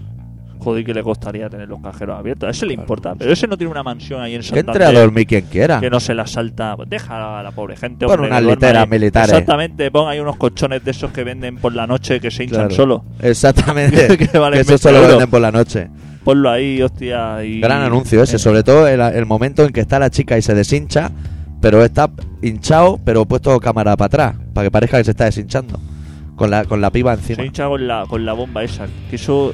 Joder, que le costaría tener los cajeros abiertos. A ese le importa. Pero ese no tiene una mansión ahí en Que entre Santander. a dormir quien quiera. que no se la salta. Pues deja a la pobre gente. Pon hombre, unas que duerma literas ahí. militares. Exactamente, pon ahí unos colchones de esos que venden por la noche que se hinchan Claro. solo. Exactamente. Que valen que eso 20 solo lo euros. venden por la noche. Ponlo ahí, hostia. Y... Gran anuncio ese, Eh, sobre todo el, el momento en que está la chica y se deshincha, pero está hinchado, pero puesto cámara para atrás, para que parezca que se está deshinchando. Con la, con la piba encima. Se hincha con la, con la bomba esa. Que eso,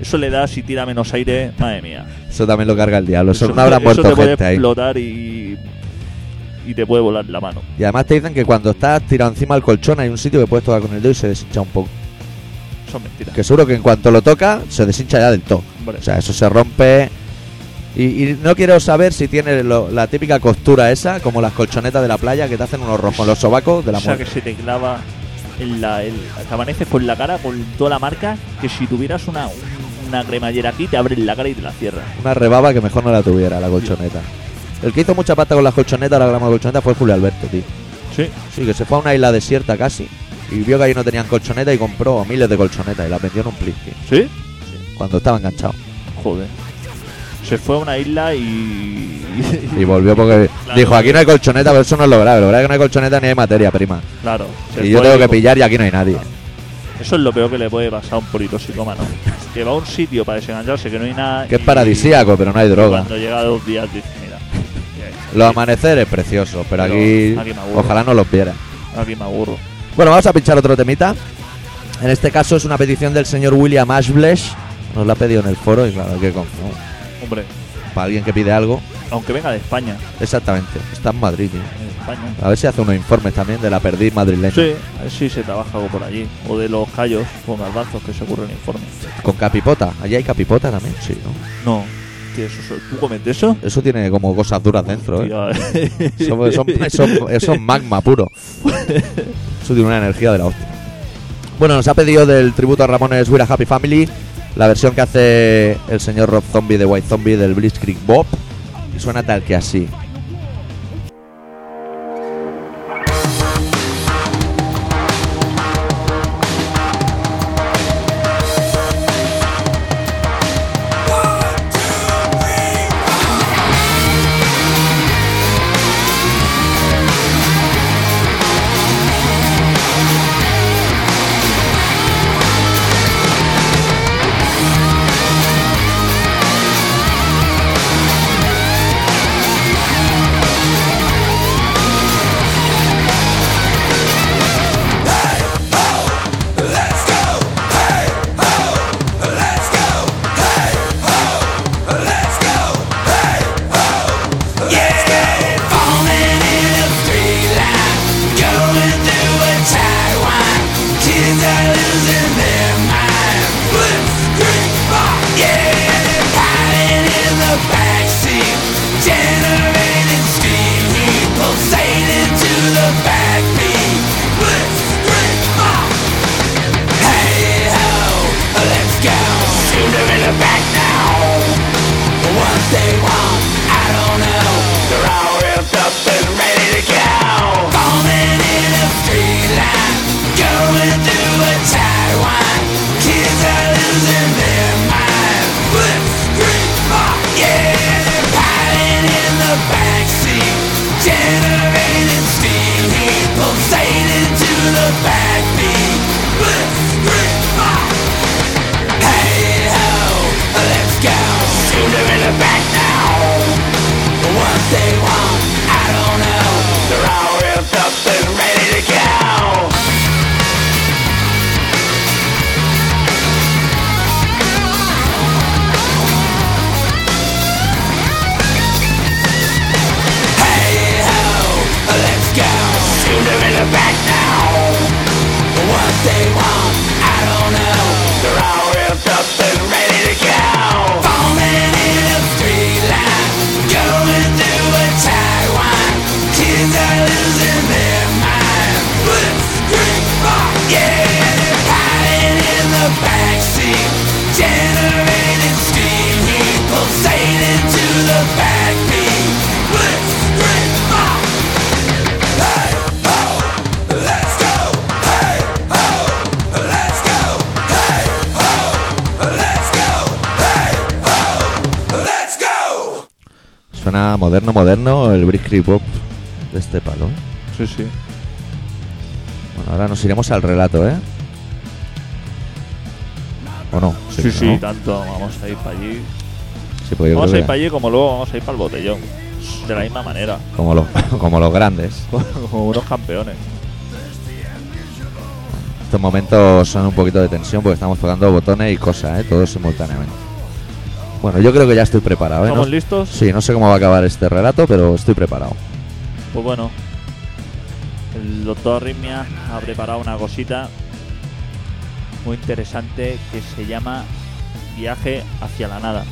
eso le da si tira menos aire. Madre mía. Eso también lo carga el diablo. Eso, eso, no habrá eso muerto te puede gente ahí. explotar y, y te puede volar la mano. Y además te dicen que cuando estás tirado encima del colchón hay un sitio que puedes tocar con el dedo y se deshincha un poco. Son mentiras. Que seguro que en cuanto lo toca, se deshincha ya del todo. Hombre. O sea, eso se rompe. Y, y no quiero saber si tiene lo- la típica costura esa, como las colchonetas de la playa que te hacen unos rojos en los sobacos de la o sea, muerte. que se te clava en la. el- te amaneces con la cara, con toda la marca, que si tuvieras una, una cremallera aquí, te abren la cara y te la cierran. Una rebaba que mejor no la tuviera, la colchoneta. El que hizo mucha pasta con las colchonetas, la grama de colchoneta, fue Julio Alberto, tío. Sí. Sí, que se fue a una isla desierta casi y vio que ahí no tenían colchoneta y compró miles de colchonetas y las vendió en un plis, tío, ¿Sí? cuando estaba enganchado. Joder. Se fue a una isla y. Y volvió porque Claro. dijo, aquí no hay colchoneta, pero eso no es lo grave. Lo grave es que no hay colchoneta ni hay materia prima. claro. se Y yo fue tengo que y- pillar y aquí no hay nadie. Eso es lo peor que le puede pasar a un politoxicómano. que va a un sitio para desengancharse que no hay nada. Que es y- paradisíaco, pero no hay y droga. Cuando llega a dos días dice, mira, Los amaneceres preciosos, pero Pero aquí aquí me aburro. ojalá no los viera. aquí me aburro. Bueno, vamos a pinchar otro temita. En este caso es una petición del señor William Ashblesh. Nos la ha pedido en el foro y claro, que con- Hombre, para alguien que pide algo. aunque venga de España. Exactamente, está en Madrid, tío. de España. A ver si hace unos informes también de la perdiz madrileña. Sí, a ver si se trabaja algo por allí. O de los callos o garbanzos que se ocurren informes. Con capipota. Allí hay capipota también, sí, ¿no? No, ¿qué es eso? ¿Tú comes de eso? Eso tiene como cosas duras dentro, ¿eh? Tío, Eso, eso- eso- eso es magma puro. Eso tiene una energía de la hostia. Bueno, nos ha pedido del tributo a Ramones We're a Happy Family la versión que hace el señor Rob Zombie de White Zombie del Blitzkrieg Bob. Y suena tal que así. Generating steam, heat pulsating to the backbeat. Blitzkrieg Bop. Hey ho, let's go. Shoot 'em in the back now. What they want, I don't know. They're all ripped up and ready to go. Falling in a straight line, going through a tight one. Kids are losing their mind. Blitzkrieg Bop, yeah. Piling in the backseat, generating steam heat, pulsating to the backbeat. Blitzkrieg Bop. Hey ho, let's go. Shoot 'em in the back now. What they want, I don't know. They're all ripped up and ready to go. Hey ho, let's go. Shoot 'em in the back now. What they want, I don't know. They're all ripped up and ready to go. Falling in a straight line, going through a tight one. Kids are losing their mind. Blitzkrieg Bop, yeah. Hiding in the backseat, generating steam heat, pulsating to the backbeat. Blitzkrieg Bop. Hey ho, let's go. Hey ho, let's go. Hey ho, let's go. Hey ho, let's go. Suena moderno, moderno el Blitzkrieg Bob de este palo. sí, sí. Bueno, ahora nos iremos al relato, ¿eh? ¿O no? Sí, sí, ¿no? tanto. Vamos a ir para allí. Sí, porque yo Vamos a creo ir que- para allí como luego vamos a ir para el botellón. De la misma manera. como, los, como los grandes. Como unos campeones. estos momentos son un poquito de tensión porque estamos tocando botones y cosas, ¿eh? todos simultáneamente. Bueno, yo creo que ya estoy preparado. ¿eh? ¿Estamos No- listos? sí, no sé cómo va a acabar este relato, pero estoy preparado. Pues bueno, el doctor Arritmia ha preparado una cosita muy interesante que se llama Viaje hacia la nada.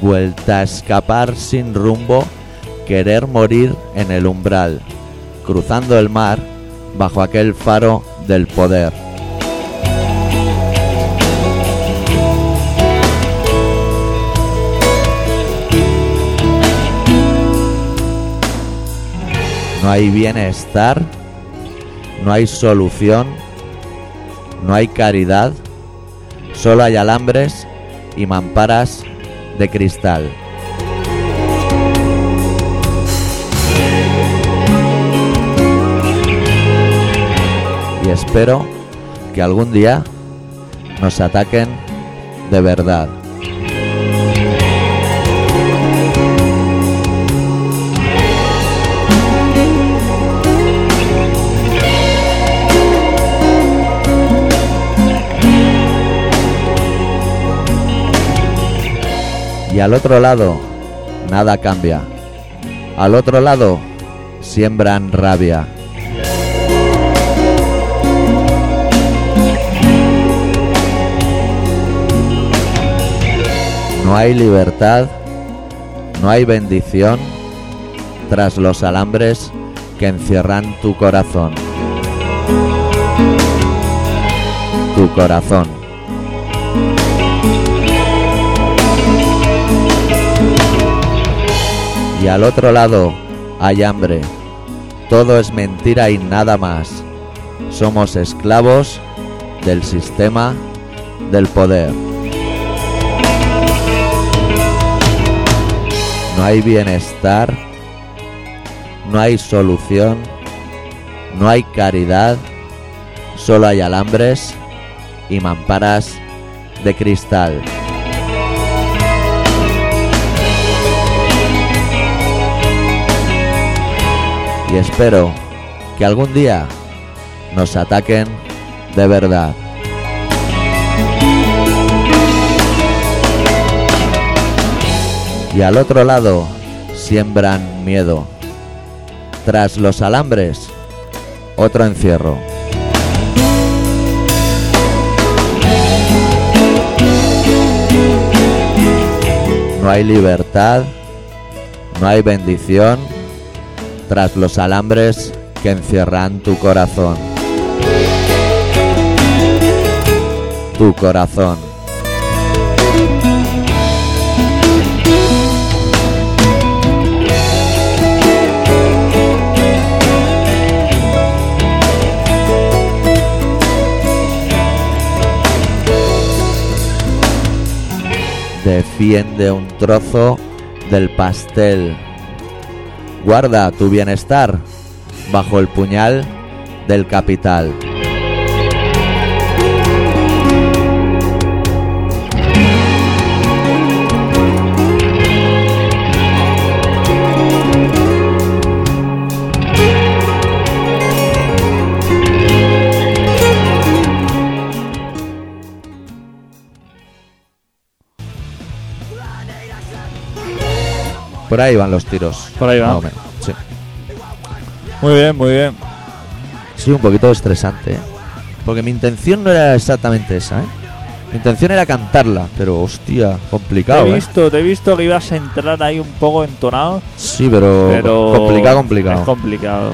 Vuelta a escapar sin rumbo, querer morir en el umbral, cruzando el mar bajo aquel faro del poder. No hay bienestar, no hay solución, no hay caridad, solo hay alambres y mamparas de cristal. Y espero que algún día nos ataquen de verdad. Y al otro lado, nada cambia. Al otro lado, siembran rabia. No hay libertad, no hay bendición tras los alambres que encierran tu corazón. Tu corazón. Y al otro lado hay hambre. Todo es mentira y nada más. Somos esclavos del sistema del poder. No hay bienestar, no hay solución, no hay caridad, solo hay alambres y mamparas de cristal. y espero que algún día nos ataquen de verdad. Y al otro lado siembran miedo. Tras los alambres, otro encierro. No hay libertad, no hay bendición, tras los alambres que encierran tu corazón. Tu corazón. Defiende un trozo del pastel Guarda tu bienestar bajo el puñal del capital. Por ahí van los tiros. Por ahí va. Más o menos, sí. Muy bien, muy bien. Sí, un poquito estresante, ¿eh? Porque mi intención no era exactamente esa, ¿eh? Mi intención era cantarla, pero hostia, complicado, te he ¿eh? visto, te he visto que ibas a entrar ahí un poco entonado, Sí, pero, pero Oh, complicado, Es complicado. complicado.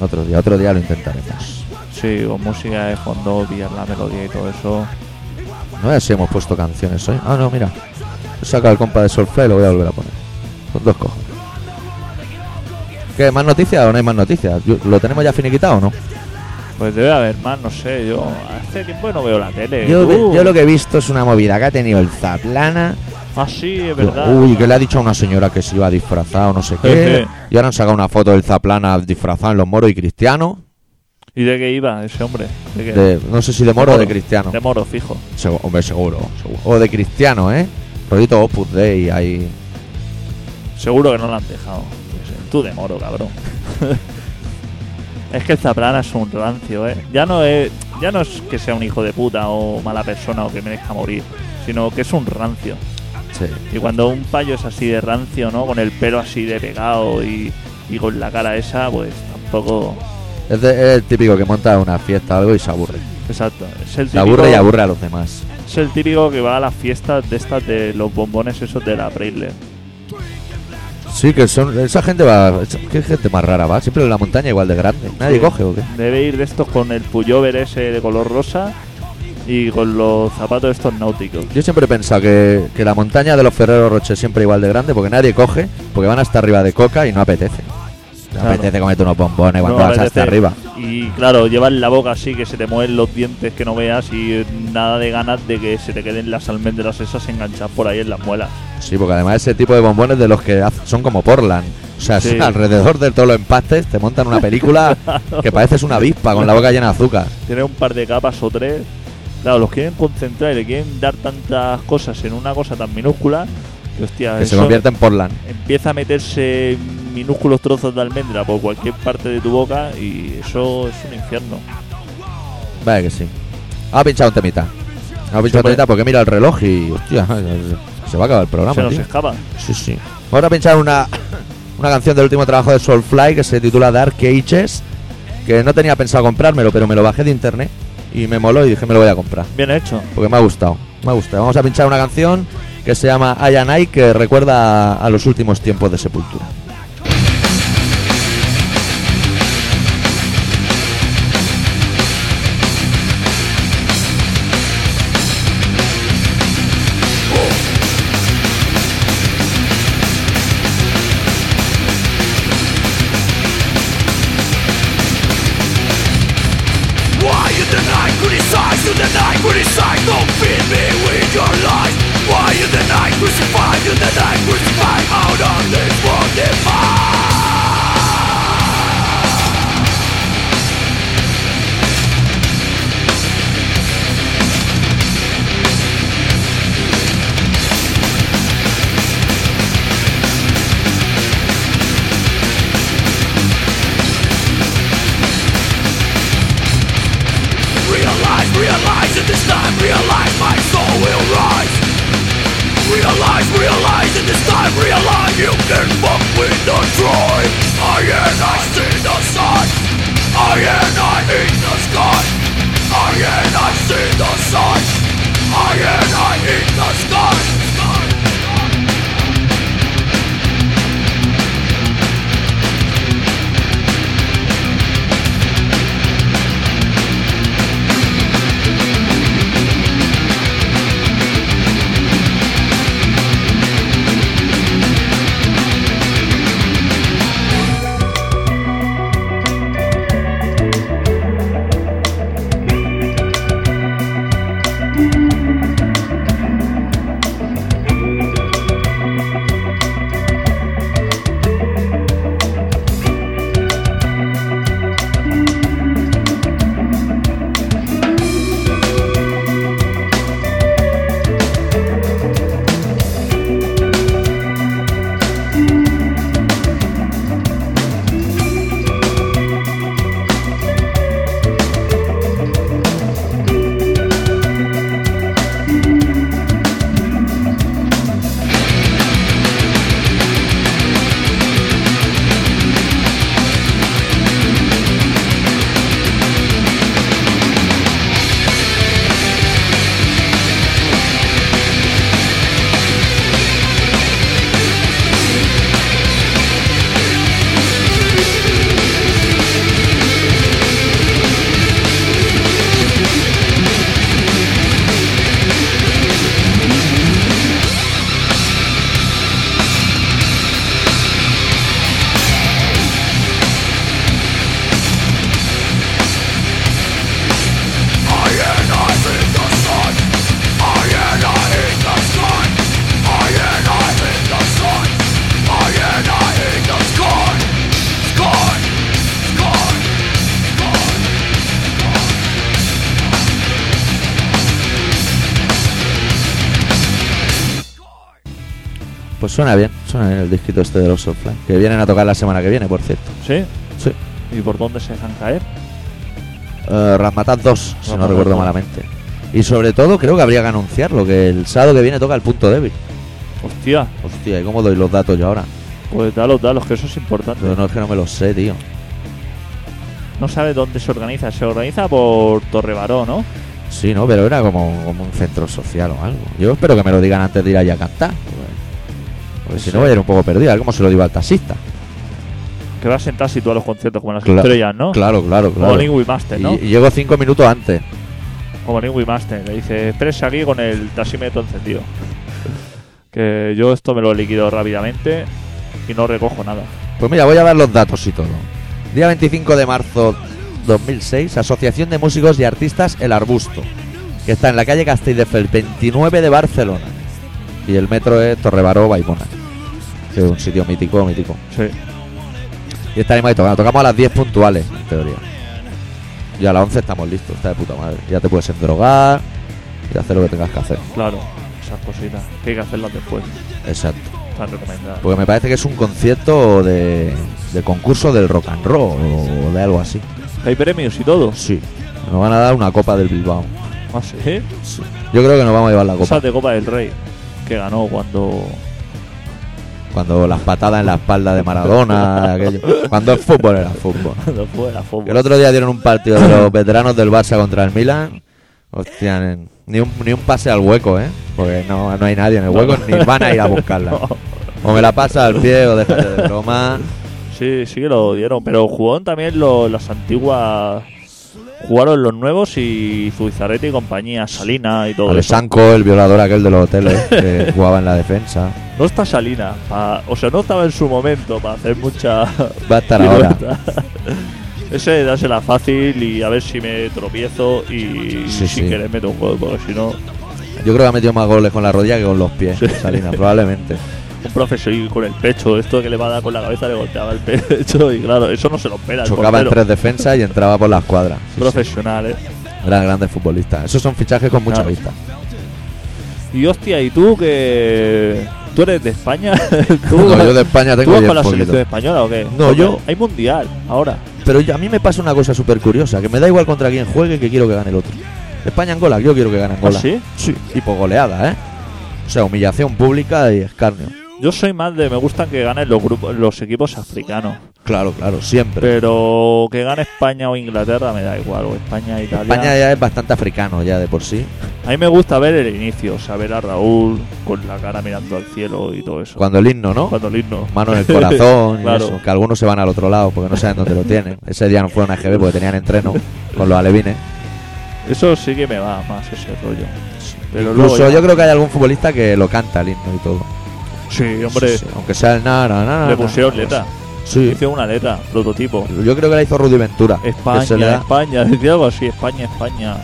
Otro día, otro día lo intentaremos. Sí. Sí, con música de fondo, pillar la melodía y todo eso. No sé si hemos puesto canciones hoy. Ah, no, mira. He sacado el compa de Solfé y lo voy a volver a poner. Con dos cojones. ¿Qué? ¿Más noticias o no hay más noticias? Yo- ¿Lo tenemos ya finiquitado o no? Pues debe haber más, no sé, yo hace tiempo que no veo la tele. Uh, Yo, tú. yo lo que he visto es una movida que ha tenido el Zaplana. Ah, sí, es verdad. Uy, que le ha dicho a una señora que se iba disfrazada o no sé qué. Jeje. y ahora han sacado una foto del Zaplana disfrazado en los moros y cristianos. ¿Y de qué iba ese hombre? ¿De qué? De- no sé si de moro o de cristiano. De moro, fijo. Segu- hombre, seguro, seguro. O de cristiano, ¿eh? Rollito Opus Dei ahí. Seguro que no lo han dejado. Pues, Tú de moro, cabrón. es que el Zaplana es un rancio, ¿eh? Ya no, es, ya no es que sea un hijo de puta o mala persona o que merezca morir, sino que es un rancio. Sí. Y cuando un payo es así de rancio, ¿no? Con el pelo así de pegado y, y con la cara esa, pues tampoco... Es, de- es el típico que monta una fiesta o algo y se aburre. Exacto. Es el Se típico- aburre y aburre a los demás. Es el típico que va a las fiestas de estas de los bombones esos de la Preisler. Sí, que son. Esa gente va. esa- ¿Qué gente más rara va? Siempre en la montaña igual de grande. Nadie coge o qué. Debe ir de estos con el pullover ese de color rosa y con los zapatos estos náuticos. Yo siempre he pensado que, que la montaña de los Ferreros Roche es siempre igual de grande porque nadie coge, porque van hasta arriba de coca y no apetece. No Claro. apetece comerte unos bombones cuando No, vas hasta apetece. arriba. Y claro, llevas la boca así que se te mueven los dientes que no veas y nada de ganas de que se te queden las almendras esas enganchadas por ahí en las muelas. Sí, porque además ese tipo de bombones de los que haz- son como Portland. O sea, Sí. es alrededor de todos los empastes te montan una película que pareces una avispa con la boca llena de azúcar. Tiene un par de capas o tres. Claro, los quieren concentrar y le quieren dar tantas cosas en una cosa tan minúscula que, hostia, Que se eso- convierte en Portland. empieza a meterse minúsculos trozos de almendra por cualquier parte de tu boca y eso es un infierno. Vale que sí. Ha pinchado un temita. Ha pinchado un hombre. temita porque mira el reloj y. Hostia, se va a acabar el programa. Se nos tío. escapa. Sí, sí. Vamos a pinchar una, una canción del último trabajo de Soulfly que se titula Dark Ages, que no tenía pensado comprármelo, pero me lo bajé de internet y me moló y dije me lo voy a comprar, Bien hecho. porque me ha gustado, me ha gustado. Vamos a pinchar una canción que se llama I and I, que recuerda a, a los últimos tiempos de Sepultura. Why you deny, criticize, you deny, criticize, don't feed me with your lies. Why you deny, crucify, you deny, crucify, out of this world divide. Realize, realize, at this time, realize, my soul will rise. Realize, realize, at this time, realize, you can fuck with the Troy. I and I see the sun. I and I eat the sky. I and I see the sun. I and I eat the sky. Pues suena bien, suena bien el disquito este de los Soulfly, que vienen a tocar la semana que viene, por cierto. ¿Sí? Sí. ¿Y por dónde se dejan caer? Eh, Rasmatas 2, si no Rasmatas recuerdo 2. malamente. Y sobre todo creo que habría que anunciarlo, que el sábado que viene toca el punto débil. Hostia, Hostia, ¿y cómo doy los datos yo ahora? pues dalos, dalos, que eso es importante. Pero no es que no me los sé, tío. No sabe dónde se organiza. Se organiza por Torrebaró, ¿no? Sí, no, pero era como, como un centro social o algo. Yo espero que me lo digan antes de ir allá a cantar. porque- Porque si no voy a ir un poco perdido, a ver cómo se lo digo al taxista. Que va a sentarse tú a los conciertos como las Cla- estrellas, ¿no? Claro, claro, Como claro. Link Master, ¿no? Y, y llego cinco minutos antes. Como Link Master. Le dice, expresa aquí con el taxímetro encendido. que yo esto me lo liquido rápidamente y no recojo nada. Pues mira, voy a dar los datos y todo. Día 25 de marzo 2006, Asociación de Músicos y Artistas El Arbusto, que está en la calle Castelldefels 29 de Barcelona. Y el metro es Torrebaró, Baimona. Que es un sitio mítico, mítico. Sí. Y estaremos ahí tocando. Tocamos a las 10 puntuales, en teoría. Y a las 11 estamos listos, está de puta madre. Ya te puedes endrogar y hacer lo que tengas que hacer. Claro, esas cositas. Que hay que hacerlas después. Exacto. Están recomendadas. Porque me parece que es un concierto de, de concurso del rock and roll o de algo así. Hay premios y todo. Sí. Nos van a dar una copa del Bilbao. Ah, sí. Yo creo que nos vamos a llevar la copa. Cosas de Copa del Rey. Que ganó cuando. Cuando las patadas en la espalda de Maradona, aquello. Cuando el fútbol era fútbol. cuando fue la fútbol. Que El otro día dieron un partido de los veteranos del Barça contra el Milan. Hostia, nen, ni un, ni un pase al hueco, ¿eh? Porque no, no hay nadie en el hueco, ni van a ir a buscarla. No. O me la pasa al pie o déjate de broma. Sí, sí que lo dieron, pero jugaron también lo- las antiguas. Jugaron los nuevos y Zubizarreta y compañía, Salina y todo Al eso. Sanco, el violador aquel de los hoteles, que jugaba en la defensa. No está Salina, pa- o sea, no estaba en su momento para hacer mucha. Va a estar ahora. pirueta. Ese es dársela fácil y a ver si me tropiezo y Sí, sin sí. querer meto un juego, porque si no, un Yo creo que ha metido más goles con la rodilla que con los pies, Salinas, probablemente. profesor y con el pecho, esto que le va a dar con la cabeza le golpeaba el pecho y claro, eso no se lo espera. el Chocaba en portero. tres defensas y entraba por la escuadra. Sí, sí. Profesional, eh. Eran grandes futbolistas. Esos son fichajes con mucha Claro. vista. Y hostia, ¿y tú que tú eres de España? ¿Tú, No, yo de España tengo ¿Tú vas bien con la poquito. selección española o qué? No, Porque yo- Hay mundial ahora. Pero yo- a mí me pasa una cosa súper curiosa, que me da igual contra quién juegue que quiero que gane el otro. España-Angola, yo quiero que gane Angola. ¿Ah, sí? Y por goleada, ¿eh? O sea, humillación pública y escarnio. Yo soy más de me gustan que ganen los grupos, los equipos africanos. Claro, claro, siempre. Pero que gane España o Inglaterra me da igual, o España, e Italia. España ya es bastante africano ya de por sí. A mí me gusta ver el inicio, o sea, ver a Raúl con la cara mirando al cielo y todo eso. Cuando el himno, ¿no? Cuando el himno. Mano en el corazón y Claro. eso, Que algunos se van al otro lado porque no saben dónde lo tienen. Ese día no fueron a GB porque tenían entreno con los alevines. Eso sí que me va más ese rollo. Pero luego Incluso ya- yo creo que hay algún futbolista que lo canta el himno y todo. Sí, hombre, Sí, sí, Aunque sea el nara, nara, nara. le pusieron letra. Sí. Hice una letra, prototipo. Yo creo que la hizo Rudy Ventura. que se le España, da- España, decía algo así, España, España.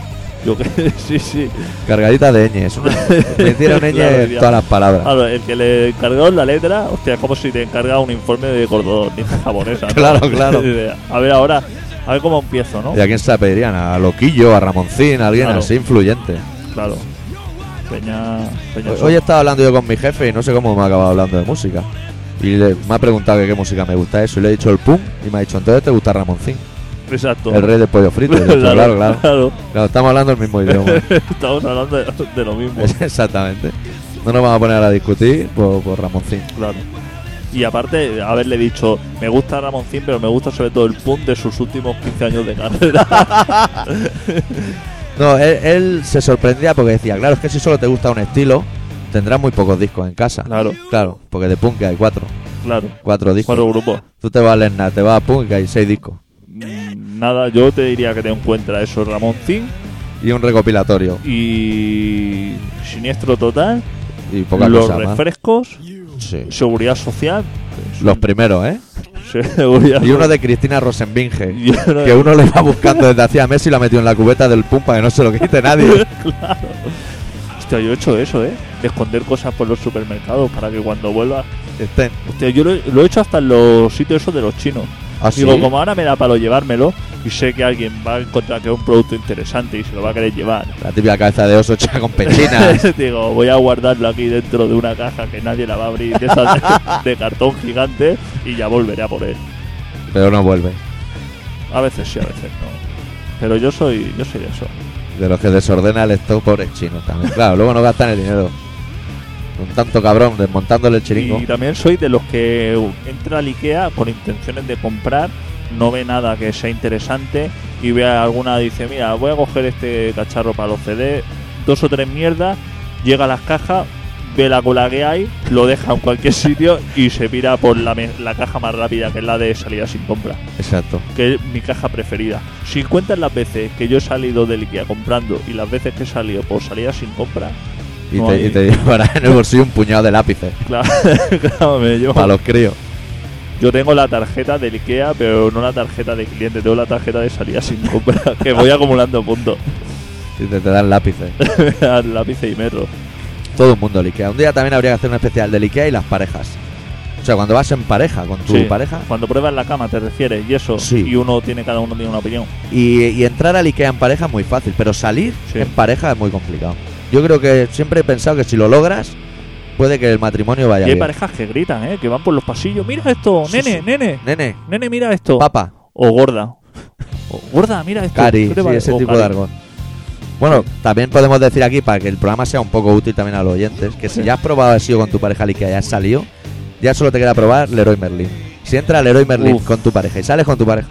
Yo que sí, sí. Cargadita de ñes. Me hicieron ñes Claro, ya. todas las palabras. Claro, el que le encargaron la letra, hostia, es como si te encarga un informe de cordón japonesa. ¿no? Claro, claro. a ver ahora, a ver cómo empiezo, ¿no? ¿Y a quién se la pedirían? ¿A Loquillo? ¿A Ramoncín? ¿A alguien Claro. así influyente? Claro. Peña, Peña Hoy he estado hablando yo con mi jefe y no sé cómo me ha acabado hablando de música. Y le- me ha preguntado que qué música me gusta eso. Y le he dicho el pum. Y me ha dicho, entonces te gusta Ramoncín. exacto. El rey del pollo frito. Y le he dicho, claro, claro, claro. Claro, estamos hablando el mismo idioma. Estamos hablando de, de lo mismo. Exactamente. No nos vamos a poner a discutir por, por Ramoncín. claro. Y aparte, haberle dicho, me gusta Ramoncín, pero me gusta sobre todo el punt de sus últimos 15 años de carrera. No, él, él se sorprendía porque decía, claro, es que si solo te gusta un estilo, tendrás muy pocos discos en casa. Claro, Claro, porque de punk hay cuatro. claro. Cuatro discos. Cuatro grupos. Tú te vas a Lerna, te vas a punk y hay seis discos. Mm, Nada, yo te diría que te encuentra eso Ramoncín Y un recopilatorio. y Siniestro Total, Y poca los cosa más. refrescos, Sí. Seguridad Social, Los primeros, ¿eh? Seguridad Y uno de Cristina Rosenbinge. Y uno de- Que uno le va buscando desde hacía meses y lo ha metido en la cubeta del punk para que no se lo quite nadie. Hostia, yo he hecho eso, ¿eh? De esconder cosas por los supermercados para que cuando vuelva... Estén. Hostia, yo lo, he- lo he hecho hasta en los sitios esos de los chinos. ¿Ah, sí? Digo, como ahora me da para llevármelo y sé que alguien va a encontrar que es un producto interesante y se lo va a querer llevar. La típica cabeza de oso hecha con pechinas. Digo, voy a guardarlo aquí dentro de una caja que nadie la va a abrir, de esas de, de cartón gigante, y ya volveré a por él. pero no vuelve. A veces sí, a veces no. Pero yo soy, yo soy de eso. De los que desordena el stock pobres chinos también. Claro, luego no gastan el dinero. Un tanto cabrón desmontándole el chiringo. Y también soy de los que uh, entra al Ikea con intenciones de comprar, no ve nada que sea interesante y ve a alguna, dice, mira, voy a coger este cacharro para los CD, dos o tres mierdas, llega a las cajas, ve la cola que hay, lo deja en cualquier sitio y se pira por la, me- la caja más rápida, que es la de salida sin compra, Exacto. que es mi caja preferida. Si cuentas las veces que yo he salido del Ikea comprando y las veces que he salido por salida sin compra, Y, No te, hay- y te llevarás en el bolsillo un puñado de lápices. claro, claro, me llevo Para los críos. Yo tengo la tarjeta del IKEA, pero no la tarjeta de cliente, tengo la tarjeta de salida sin compra, que voy acumulando puntos. Y te, te dan lápices. Lápices y metro. Todo el mundo el Ikea. Un día también habría que hacer un especial del Ikea y las parejas. O sea, cuando vas en pareja con tu Sí. pareja Cuando pruebas la cama, te refieres, y eso. Sí. Y uno tiene, cada uno tiene una opinión. y, y entrar al Ikea en pareja es muy fácil, pero salir Sí. en pareja es muy complicado. Yo creo que siempre he pensado que si lo logras, puede que el matrimonio vaya y hay bien. parejas que gritan, ¿eh? Que van por los pasillos. Mira esto, Sí, nene, sí. nene. Nene, Nene, mira esto. papa, O gorda. O, gorda, mira esto. cari, ¿Qué te sí, parece? ese O tipo cari. de argot. Bueno, también podemos decir aquí, para que el programa sea un poco útil también a los oyentes, que si ya has probado, has ido con tu pareja al Ikea y has salido, ya solo te queda probar Leroy Merlin. Si entra Leroy Merlin Uf. con tu pareja y sales con tu pareja,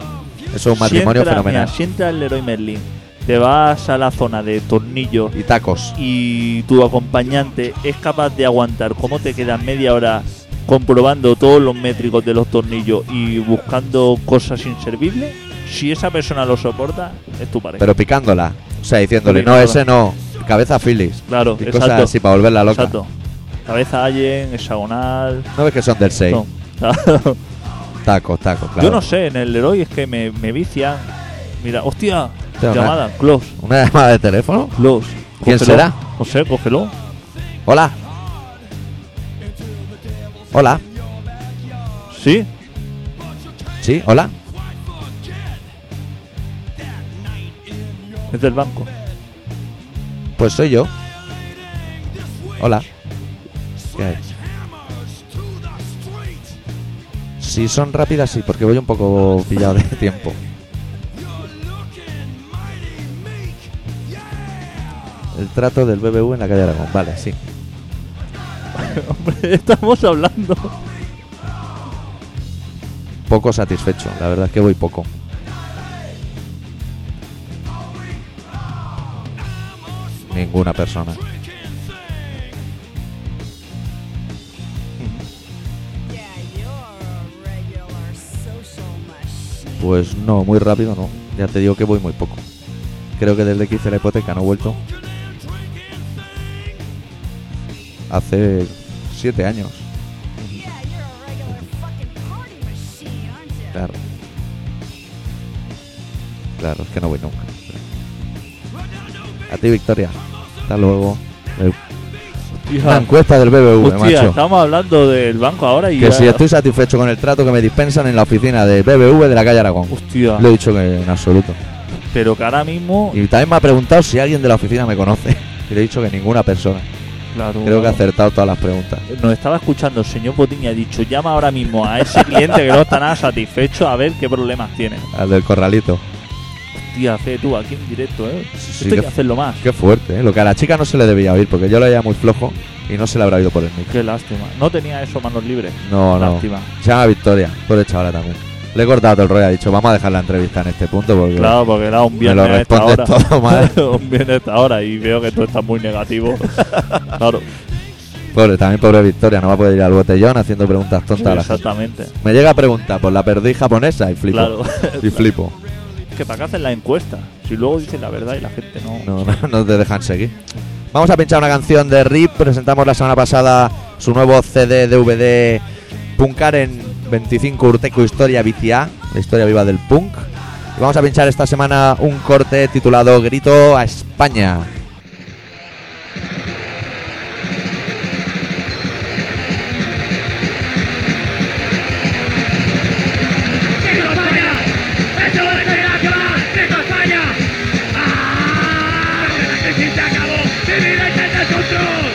eso es un Si matrimonio entra- fenomenal. mira, si entra el Leroy Merlin, te vas a la zona de tornillos Y tacos. y tu acompañante es capaz de aguantar cómo te quedas media hora comprobando todos los métricos de los tornillos y buscando cosas inservibles, si esa persona lo soporta, es tu pareja. Pero picándola. O sea, diciéndole, no, Picándola. ese no. Cabeza Phillips. claro, Y exacto. cosas así para volverla loca. exacto. Cabeza Allen, hexagonal. No ves que son del 6. no. Claro. Tacos, tacos, claro. Yo no sé, en el Leroy es que me, me vicia. Mira, hostia, Hostia, llamada, close, ¿Una llamada de teléfono? close. ¿Quién Cógelo. será? No sé, cógelo. Hola. Hola. Sí, Sí, hola. es del banco. Pues soy yo. Hola. ¿Qué hay? Si son rápidas, sí, porque voy un poco pillado de tiempo. El trato del BBV en la calle Aragón. Vale, sí. Hombre, estamos hablando. Poco satisfecho. La verdad es que voy poco. Ninguna persona. Pues no, muy rápido no. Ya te digo que voy muy poco. Creo que desde que hice la hipoteca no he vuelto. Hace siete años, claro. Claro, es que no voy nunca. A ti, Victoria. Hasta luego. Eh, Una Hostia. encuesta del BBV, Ah. Hostia, macho. estamos hablando del banco ahora y Que ya- si estoy satisfecho con el trato que me dispensan en la oficina del BBV de la calle Aragón. Hostia, Lo he dicho que en absoluto. pero que ahora mismo... Y también me ha preguntado si alguien de la oficina me conoce. Y le he dicho que ninguna persona. Claro, Creo que ha acertado todas las preguntas. Nos estaba escuchando el señor Botín y ha dicho, llama ahora mismo a ese cliente que no está nada satisfecho a ver qué problemas tiene. Al del corralito. Hostia, fe tú, aquí en directo, ¿eh? Sí, Esto sí, hay qué, que hacerlo más. qué fuerte, ¿eh? Lo que a la chica no se le debía oír, porque yo lo veía muy flojo y no se le habrá oído por el micro. Qué lástima. No tenía eso manos libres. No, no. Lástima. Se llama Victoria, pobre chavala también. Le he cortado todo el rollo, ha dicho, vamos a dejar la entrevista en este punto porque Claro, porque era un me viernes lo a esta hora. respondes todo mal. un viernes a esta hora y veo que tú estás muy negativo. claro, Pobre, también pobre Victoria, no va a poder ir al botellón haciendo preguntas tontas a la gente. exactamente. Me llega a preguntar, pues la perdí japonesa y flipo. Claro. Y flipo. que para qué hacen la encuesta. Si luego dicen la verdad y la gente no... No, no, no te dejan seguir. Vamos a pinchar una canción de Rip. Presentamos la semana pasada su nuevo CD DVD Punkar en 25 Urteco Historia VCA, la historia viva del punk. Y vamos a pinchar esta semana un corte titulado Grito a España. Grito y se acabó. Divide y tenta el control.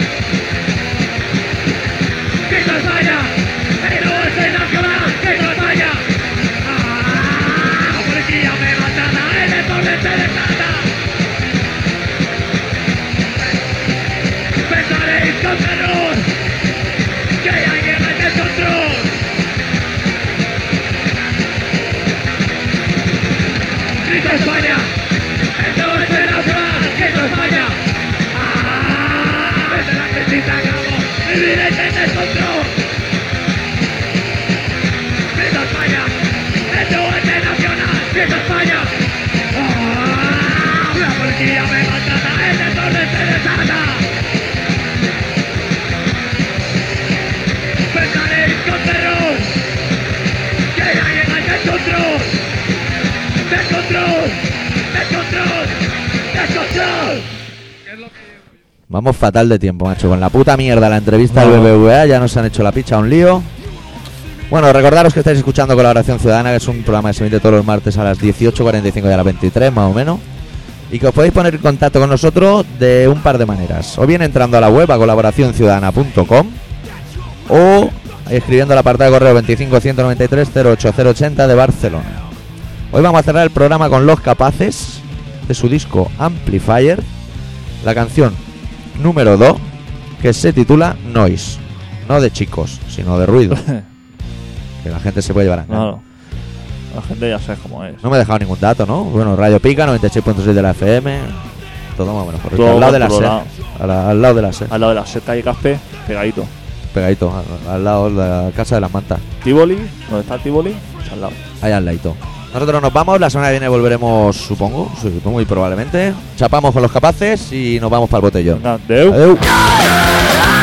¡Que no falla! ¡Pero es el nacional! ¡Que no falla! ¡Ah! ¡La policía me matará! ¡El deporte de plata! ¡Pensaréis contaros! ¡Que hay que meter control! ¡Grita España! ¡Esto es el nacional! ¡Grita España! ¡Ah! ¡Vete la crítica, cabrón! ¡Vivirete en el control! ¡Grita España! ¡Esto es el nacional! ¡Grita España! ¡Ah! ¡La policía me maltrata! ¡El desorden se desata! ¡Pensaréis con terror! ¡Que ya llega el control! ¡Descontrol! ¡Descontrol! ¡Descontrol! Vamos fatal de tiempo, macho. Con la puta mierda la entrevista al BBVA ya nos han hecho la picha un lío. Bueno, recordaros que estáis escuchando Colaboración Ciudadana, que es un programa que se emite todos los martes a las 18.45 y a las 23, más o menos. Y que os podéis poner en contacto con nosotros de un par de maneras. O bien entrando a la web a colaboracionciudadana.com o escribiendo al apartado de correo 25 193 08080 de Barcelona. Hoy vamos a cerrar el programa con Los Capaces de su disco Amplifier, la canción número 2 que se titula Noise. No de chicos, sino de ruido. que la gente se puede llevar a engaño. Claro. La gente ya sabe cómo es. No me he dejado ningún dato, ¿no? Bueno, Radio Pica, 96.6 de la FM. Todo más o menos correcto. Todo Al lado de la SER. controlado. a la- Al lado de la SER. Al lado de la seta y café, pegadito. Pegadito, al, al lado de la casa de las mantas. Tivoli, ¿dónde está Tivoli? Pues al lado. Ahí al ladito. Nosotros nos vamos, la semana que viene volveremos, supongo, sí, muy probablemente. Chapamos con los capaces y nos vamos para el botellón. Venga, adeu. Adeu. I